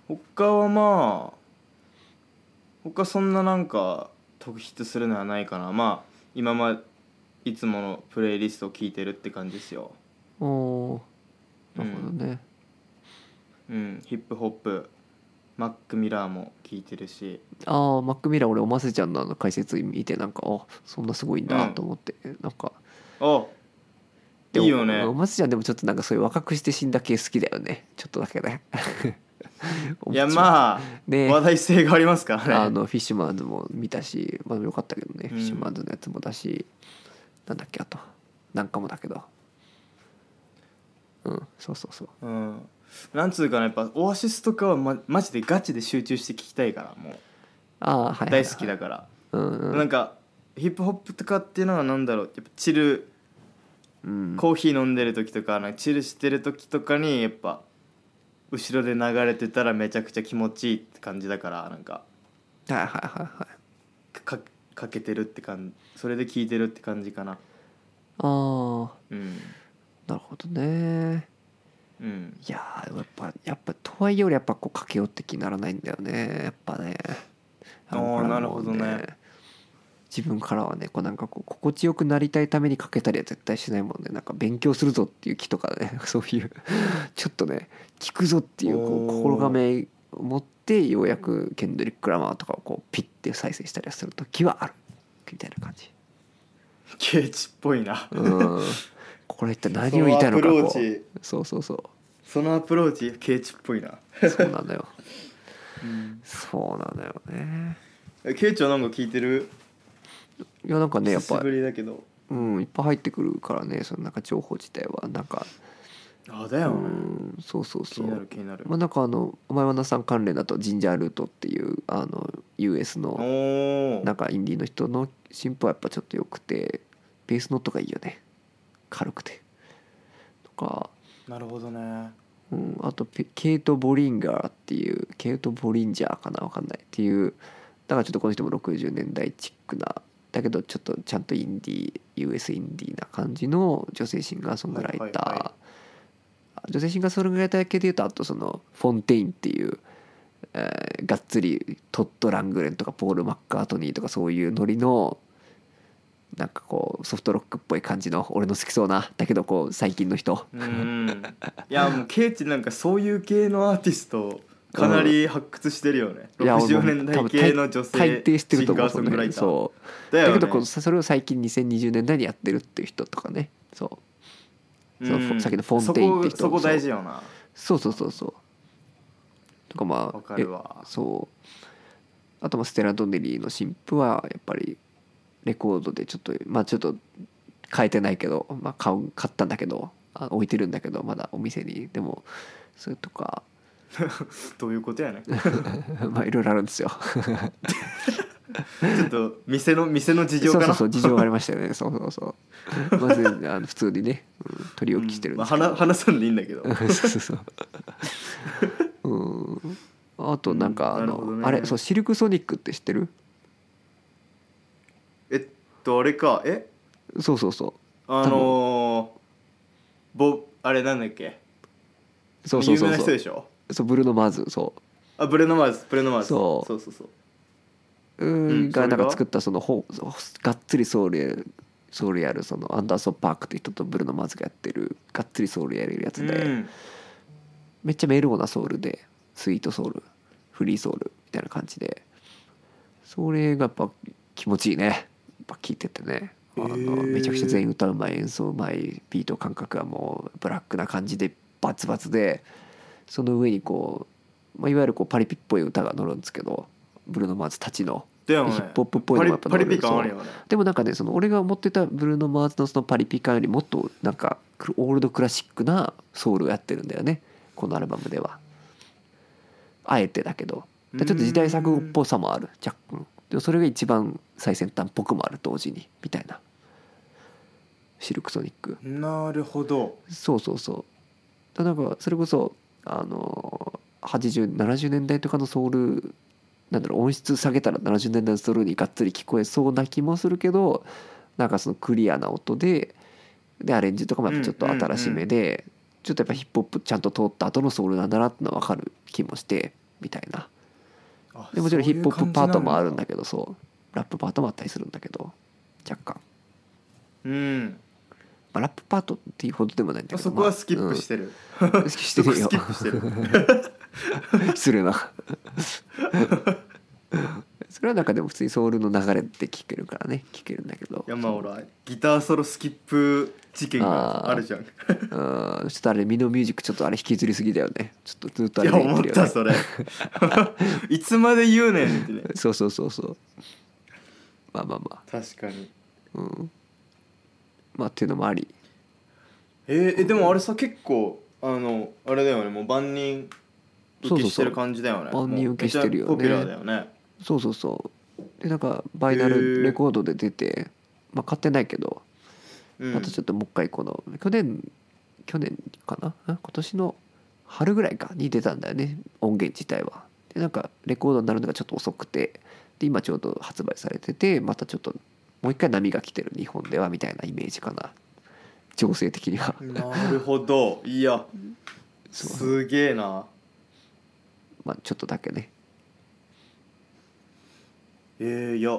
Speaker 1: 他はまあ他そんななんか特筆するのはないかなまあ今まいつものプレイリストを聞いてるって感じですよ
Speaker 2: おおーなるほどね
Speaker 1: うんヒップホップマック・ミラーも聞いてるし
Speaker 2: ああマックミラー俺おませちゃんのあの解説見てなんかあそんなすごいんだ
Speaker 1: うん
Speaker 2: と思ってなんか
Speaker 1: あ
Speaker 2: でも
Speaker 1: いいよね
Speaker 2: お松ちゃんでもちょっとなんかそういう若くして死んだ系好きだよねちょっとだけね
Speaker 1: いや まあ、
Speaker 2: ね
Speaker 1: 話題性がありますからね
Speaker 2: あのフィッシュマンズも見たし、まあ、よかったけど
Speaker 1: うん
Speaker 2: ね、フィッシュマンズのやつもだしなんだっけあとなんかもだけどうんそうそうそう
Speaker 1: うんなんつうかなやっぱオアシスとかは、ま、マジでガチで集中して聞きたいからも
Speaker 2: ああは
Speaker 1: う
Speaker 2: いはいはい
Speaker 1: 大好きだから、
Speaker 2: うんうん
Speaker 1: なんかヒップホップとかっていうのはなんだろうやっぱチル
Speaker 2: うん
Speaker 1: コーヒー飲んでる時とかなんかチルしてる時とかにやっぱ後ろで流れてたらめちゃくちゃ気持ちいいって感じだからなんか
Speaker 2: はいはいはいはい
Speaker 1: かかけてるって感じそれで聞いてるって感じかな
Speaker 2: ああ
Speaker 1: うん
Speaker 2: なるほどね
Speaker 1: うん
Speaker 2: いやーでもやっぱやっぱとはいえ俺やっぱこう駆け寄って気にならないんだよねやっぱね
Speaker 1: あー
Speaker 2: のこれはもう
Speaker 1: なるほどね
Speaker 2: 自分からはねこうなんかこう心地よくなりたいためにかけたりは絶対しないもんねなんか勉強するぞっていう気とかね そういうちょっとね聞くぞっていうこ
Speaker 1: お
Speaker 2: う
Speaker 1: ー
Speaker 2: 心構えを持ってようやくケンドリック・ラマーとかをこうピッて再生したりはする時はあるみたいな感 じ
Speaker 1: ケーチっぽいな
Speaker 2: うんこれ一体何を言いたいのか
Speaker 1: そのアプ
Speaker 2: こ
Speaker 1: ローチ
Speaker 2: うそうそうそう
Speaker 1: そのアプローチケーチっぽいな、
Speaker 2: そうなんだよ
Speaker 1: うん、
Speaker 2: そうなんだよね
Speaker 1: えケーチはなんか聞いてる
Speaker 2: いやなんかねや
Speaker 1: 久
Speaker 2: っ
Speaker 1: し
Speaker 2: ぱ
Speaker 1: ぶりだけど
Speaker 2: うんいっぱい入ってくるからねそのなんか情報自体はなんか
Speaker 1: あだ
Speaker 2: う
Speaker 1: よね、
Speaker 2: んそうそう
Speaker 1: 気
Speaker 2: そ
Speaker 1: になる
Speaker 2: う
Speaker 1: 気になる、
Speaker 2: まあなんかあの前和田さん関連だとジンジャールートっていうあの US
Speaker 1: お
Speaker 2: の
Speaker 1: お
Speaker 2: なんかインディーの人の進歩はやっぱちょっと良くてベースの音がいいよね軽くてとか
Speaker 1: なるほどね
Speaker 2: うん、あとペケイト・ボリンガーっていうケイト・ボリンジャーかなわかんないっていうだからちょっとこの人も60年代チックなだけどちょっとちゃんとインディー US インディーな感じの女性シンガーソングライター、
Speaker 1: はいはいは
Speaker 2: 女性シンガーソングライター系でいうとあとそのフォンテインっていう、えーがっつりトッド・ラングレンとかポール・マッカートニーとかそういうノリのなんかこうソフトロックっぽい感じの俺の好きそうなだけどこう最近の人
Speaker 1: うんいやもうケイチなんかそういう系のアーティストかなり発掘してるよね、
Speaker 2: いや俺も
Speaker 1: 60年代系の女性
Speaker 2: 大抵知ってると思う
Speaker 1: シンガーソングライター
Speaker 2: そう
Speaker 1: だ
Speaker 2: だ,、
Speaker 1: よ、ね、
Speaker 2: けどこうそれを最近2020年代にやってるっていう人とかねそうそのさっきのフォンテインって人
Speaker 1: そこそこ大事よな
Speaker 2: そうそうそうそうとかまあ
Speaker 1: わかるわ
Speaker 2: えそうあとまあステラ・ドネリーの新婦はやっぱりレコードでちょっとまあちょっと変えてないけど、まあ、買う買ったんだけどあ置いてるんだけどまだお店にでもそれとか
Speaker 1: どういうことやねち
Speaker 2: まあいろいろあるんですよ
Speaker 1: ょっと店の店の事情かな
Speaker 2: そうそうそう事情がありましたよねそうそうそうまずあの普通にね、うん、取り置きしてるん
Speaker 1: ま
Speaker 2: で
Speaker 1: あ、
Speaker 2: すけど、
Speaker 1: 話話さんでいいんだけど
Speaker 2: そうそうそううんあとなんか
Speaker 1: うん
Speaker 2: あ
Speaker 1: なる
Speaker 2: の、
Speaker 1: ほどね
Speaker 2: あれそうシルクソニックって知ってる
Speaker 1: えっとあれかえ
Speaker 2: そうそうそ
Speaker 1: あのー、ボあれなんだっけ
Speaker 2: うそうそう
Speaker 1: 有
Speaker 2: そ
Speaker 1: 名な人
Speaker 2: うそ
Speaker 1: で
Speaker 2: う
Speaker 1: しょ
Speaker 2: そうブルーノ・マーズそ
Speaker 1: あブレノマーズブレノマーズ
Speaker 2: そう
Speaker 1: そうそうそう
Speaker 2: ううん
Speaker 1: うんそ
Speaker 2: が
Speaker 1: れ
Speaker 2: な
Speaker 1: が
Speaker 2: んか作ったそのほがっつりソウルやソウルやるそのアンダーソン・パークって人とブルーノ・マーズがやってるがっつりソウルやれるやつで、
Speaker 1: うん
Speaker 2: めっちゃメローなソウルでスイートソウルフリーソウルみたいな感じでそれがやっぱ気持ちいいねやっぱ聴いててねあ
Speaker 1: へ
Speaker 2: の
Speaker 1: ー
Speaker 2: めちゃくちゃ全員歌うまい演奏うまいビート感覚はもうブラックな感じでバツバツでその上にこう、まあ、いわゆるこうパリピっぽい歌が乗るんですけどブルーノ・マーズたちの
Speaker 1: だよね
Speaker 2: ヒップホップっぽいの
Speaker 1: パ
Speaker 2: も
Speaker 1: リパ
Speaker 2: やっぱ
Speaker 1: リ
Speaker 2: 乗る
Speaker 1: ピ感あるよね
Speaker 2: でもなんかねその俺が思ってたブルーノ・マーズのそのパリピ感よりもっとなんかクオールドクラシックなソウルをやってるんだよねこのアルバムではあえてだけどでちょっと時代錯誤っぽさもある若干でもそれが一番最先端っぽくもある同時にみたいなシルクソニック
Speaker 1: なるほど
Speaker 2: そうそうそうだなんかそれこそあの8070年代とかのソウルなんだろう音質下げたら70年代のソウルにがっつり聞こえそうな気もするけどなんかそのクリアな音ででアレンジとかもやっぱちょっと新しめで、ちょっとやっぱヒップホップちゃんと通った後のソウルなんだなってのは分かる気もしてみたいな
Speaker 1: あ
Speaker 2: でもちろんヒップホップパートもある
Speaker 1: そ
Speaker 2: ん
Speaker 1: ういう感
Speaker 2: だけどそうラップパートもあったりするんだけど若干、
Speaker 1: じなんだ
Speaker 2: まあ、ラップパートっていうほどでもないんだ
Speaker 1: うん
Speaker 2: けど、
Speaker 1: そこはスキップしててる、
Speaker 2: まあうんして
Speaker 1: そこ
Speaker 2: る
Speaker 1: ス
Speaker 2: よ
Speaker 1: キッ プしてる
Speaker 2: 失礼なそれはなんかでも普通にソウルの流れで聴けるからね聴けるんだけど
Speaker 1: いやまあほらギターソロスキップ事件がある じゃんい
Speaker 2: うんちょっとあれミノミュージックちょっとあれ引きずりすぎだよねちょっとずっとあれ
Speaker 1: や
Speaker 2: で
Speaker 1: 思っ
Speaker 2: きるよね
Speaker 1: た それいつまで言うねんってね
Speaker 2: そうそうそうそうまあまあま
Speaker 1: 確かに
Speaker 2: あうんまあっていうのもあり
Speaker 1: えーえでもあれさ結構あのあれだよねもう万人受けしてる感じだよね
Speaker 2: そうそうそう万人受けしてるよね
Speaker 1: もうめっちゃポピュラーだよね
Speaker 2: そうそうそうでなんかバイナルレコードで出て、まあ買ってないけど
Speaker 1: うん
Speaker 2: またちょっともう一回この去年去年かなあ今年の春ぐらいかに出たんだよね音源自体は。でなんかレコードになるのがちょっと遅くてで今ちょうど発売されててまたちょっともう一回波が来てる日本ではみたいなイメージかな情勢的には。
Speaker 1: なるほどいや
Speaker 2: そう
Speaker 1: すげえな
Speaker 2: まあ、ちょっとだけね
Speaker 1: えー、いや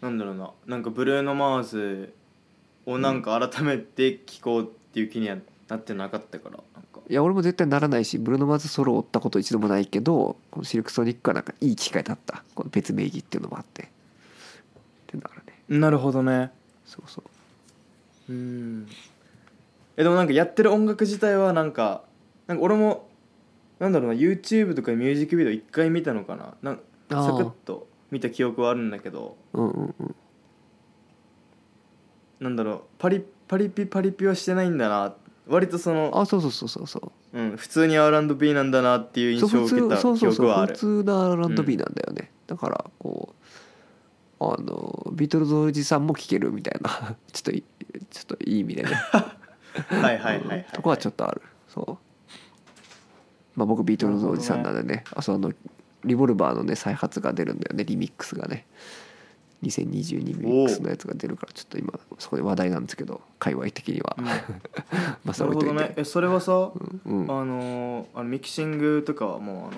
Speaker 1: なんだろうななんかブルーノ・マーズをなんか改めて聴こうっていう気にはなってなかったからなんか
Speaker 2: いや俺も絶対ならないしブルーノ・マーズソロを追ったこと一度もないけどこのシルクソニックはなんかいい機会だったこの別名義っていうのもあってってだからね
Speaker 1: なるほどね
Speaker 2: そうそう
Speaker 1: うんえでもなんかやってる音楽自体はなんかなんか俺もなんだろうな YouTube とかミュージックビデオ一回見たのかななん
Speaker 2: あー
Speaker 1: サクッと見た記憶はあるんだけど
Speaker 2: うんうんうん
Speaker 1: なんだろうパリパリピパリピはしてないんだな割とその、
Speaker 2: あそうそうそうそうそう
Speaker 1: うん、普通に R&B なんだなっていう
Speaker 2: そう
Speaker 1: 印象を
Speaker 2: 普
Speaker 1: 受け
Speaker 2: 通
Speaker 1: た
Speaker 2: そう
Speaker 1: 記
Speaker 2: そうそ
Speaker 1: 憶
Speaker 2: う
Speaker 1: はあ
Speaker 2: 普
Speaker 1: る
Speaker 2: 通の R&B なんだよね、だからこうあのビートルズおじさんも聴けるみたいな ちょっといちょっといい意味でね
Speaker 1: はいはいはい、はい
Speaker 2: うん、とこはちょっとあるそうまあ僕ビートルズおじさんなんでねあそうあのリボルバーのね再発が出るんだよねリミックスがね2022ミックスのやつが出るからちょっと今そこで話題なんですけど界隈的に は、
Speaker 1: うん
Speaker 2: まあそ
Speaker 1: な
Speaker 2: れ
Speaker 1: るほ
Speaker 2: 置いと
Speaker 1: ど
Speaker 2: い
Speaker 1: ね
Speaker 2: て、
Speaker 1: えそれはさ、
Speaker 2: うん
Speaker 1: あのーあのミキシングとかはもう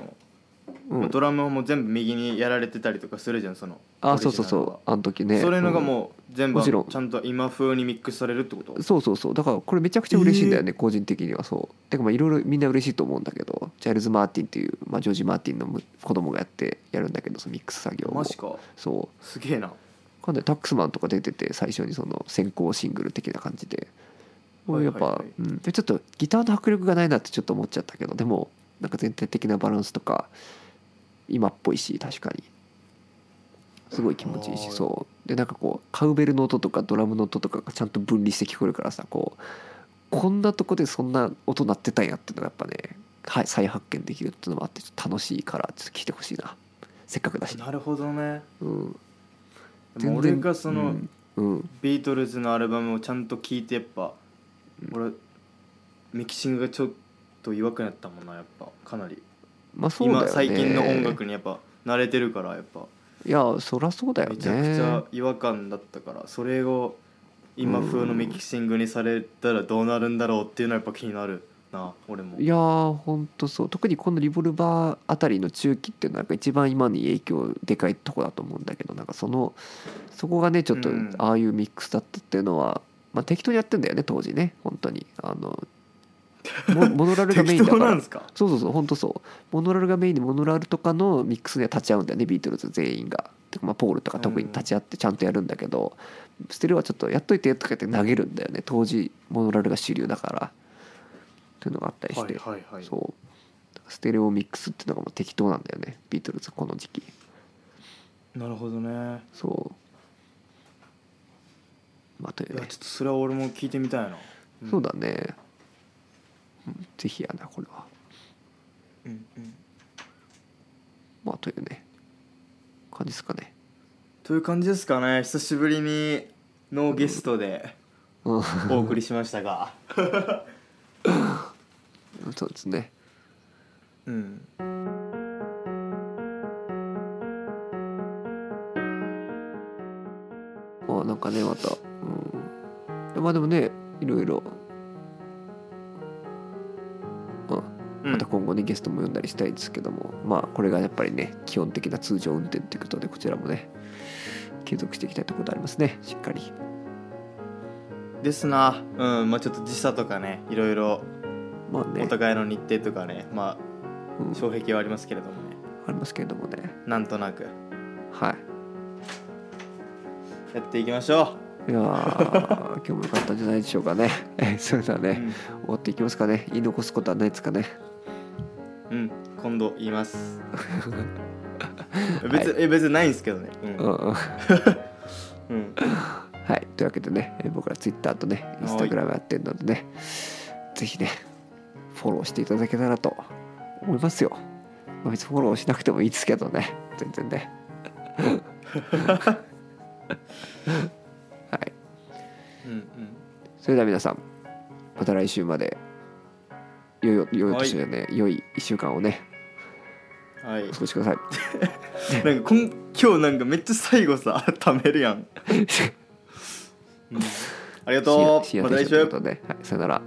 Speaker 1: あの、
Speaker 2: うん、
Speaker 1: ドラムはもう全部右にやられてたりとかするじゃんその
Speaker 2: あそうそうそうあの時ね
Speaker 1: それのが
Speaker 2: うん
Speaker 1: もう全部
Speaker 2: もちろん
Speaker 1: ちゃんと今風にミックスされるってこと
Speaker 2: そうそうそうだからこれめちゃくちゃ嬉しいんだよね、個人的にはそうてかまあいろいろみんな嬉しいと思うんだけどチャイルズ・マーティンっていう、まあ、ジョージ・マーティンのむ子供がやってやるんだけどそのミックス作業を
Speaker 1: マジか
Speaker 2: そ
Speaker 1: すげえ な
Speaker 2: うかなりタックスマンとか出てて最初にその先行シングル的な感じでこれやっぱ、
Speaker 1: はいはいはい
Speaker 2: うん、でちょっとギターの迫力がないなってちょっと思っちゃったけどでもなんか全体的なバランスとか今っぽいし確かにすごい気持ちいい
Speaker 1: あ
Speaker 2: し
Speaker 1: ー
Speaker 2: そうでなんかこうカウベルの音とかドラムの音とかがちゃんと分離して聞こえるからさこうこんなとこでそんな音鳴ってたんやっていうのがやっぱね、はい、再発見できるっていうのもあってちょっと楽しいからちょっと聞いてほしいなせっかくだし、
Speaker 1: なるほどね
Speaker 2: うん、
Speaker 1: でも俺がその、
Speaker 2: うんうん
Speaker 1: ビートルズのアルバムをちゃんと聴いてやっぱ、俺ミキシングがちょっと弱くなったもんなやっぱかなり、
Speaker 2: まあそうだよね
Speaker 1: 今最近の音楽にやっぱ慣れてるからやっぱ
Speaker 2: いやそりゃそうだよね
Speaker 1: めちゃくちゃ違和感だったからそれを今風のミキシングにされたらどうなるんだろうっていうのはやっぱ気になるな俺も
Speaker 2: いやーほんとそう特にこのリボルバーあたりの中期っていうのはなんか一番今に影響でかいとこだと思うんだけどなんかそのそこがねちょっと
Speaker 1: うん
Speaker 2: ああいうミックスだったっていうのは、まあ、適当にやってんだよね当時ね本当に あのモモノラルがメイン
Speaker 1: 適
Speaker 2: だか
Speaker 1: 当なん
Speaker 2: ら
Speaker 1: ですか
Speaker 2: そうそうそう本当そうモノラルがメインでモノラルとかのミックスには立ち会うんだよねビートルズ全員が、てかまあ、ポールとか特に立ち会ってちゃんとやるんだけど、ステレオはちょっとやっといてとか言って投げるんだよね当時モノラルが主流だからというのがあったりして、
Speaker 1: はいはいはい
Speaker 2: そうステレオミックスっていうのがもう適当なんだよねビートルズこの時期
Speaker 1: なるほどね
Speaker 2: そうまあとい
Speaker 1: いうや
Speaker 2: ね
Speaker 1: ちょっとそれは俺も聞いてみたいな、ん
Speaker 2: そうだね、うん、ぜひやなこれは
Speaker 1: うんうん
Speaker 2: まあというね感じですかね
Speaker 1: という感じですかね久しぶりにノーゲストで
Speaker 2: うん
Speaker 1: お送りしましたが
Speaker 2: そうですね
Speaker 1: うん
Speaker 2: まあなんかねまた、うん、まあでもねいろいろ、うん、
Speaker 1: うん
Speaker 2: また今後ねゲストも呼んだりしたいですけども、まあこれがやっぱりね基本的な通常運転ということでこちらもね継続していきたいところでありますねしっかり
Speaker 1: ですなうんまあちょっと時差とかねいろいろ
Speaker 2: まあね
Speaker 1: お互いの日程とかねま
Speaker 2: うん
Speaker 1: あ障壁はありますけれどもね
Speaker 2: ありますけれどもね
Speaker 1: なんとなく
Speaker 2: は
Speaker 1: やっていきましょ
Speaker 2: いいやー今日も良かったんじゃないでしょうかね えそれでは
Speaker 1: う、う
Speaker 2: ね
Speaker 1: ん
Speaker 2: 終わっていきますかね言い残すことはないですかね
Speaker 1: うん、今度言います 別,、え別にないんですけどね、う
Speaker 2: うん
Speaker 1: ん
Speaker 2: うん
Speaker 1: うん、
Speaker 2: はい、というわけでね、えー僕らツイッターとね、インスタグラムやってるのでね、ぜひね、フォローしていただけたらと思いますよ。まあ、別にフォローしなくてもいいですけどね、全然ね。はい、
Speaker 1: うんうん
Speaker 2: それでは皆さん、また来週まで、良いよ良いお年でね、良い1週間をね、
Speaker 1: はい
Speaker 2: お過ごしください。
Speaker 1: なんかこん今日なんかめっちゃ最後さ ため るやん、うんありがと
Speaker 2: 深夜
Speaker 1: うまた
Speaker 2: 深夜
Speaker 1: 来
Speaker 2: 停止とい
Speaker 1: 週
Speaker 2: う ことで、はい、さよなら。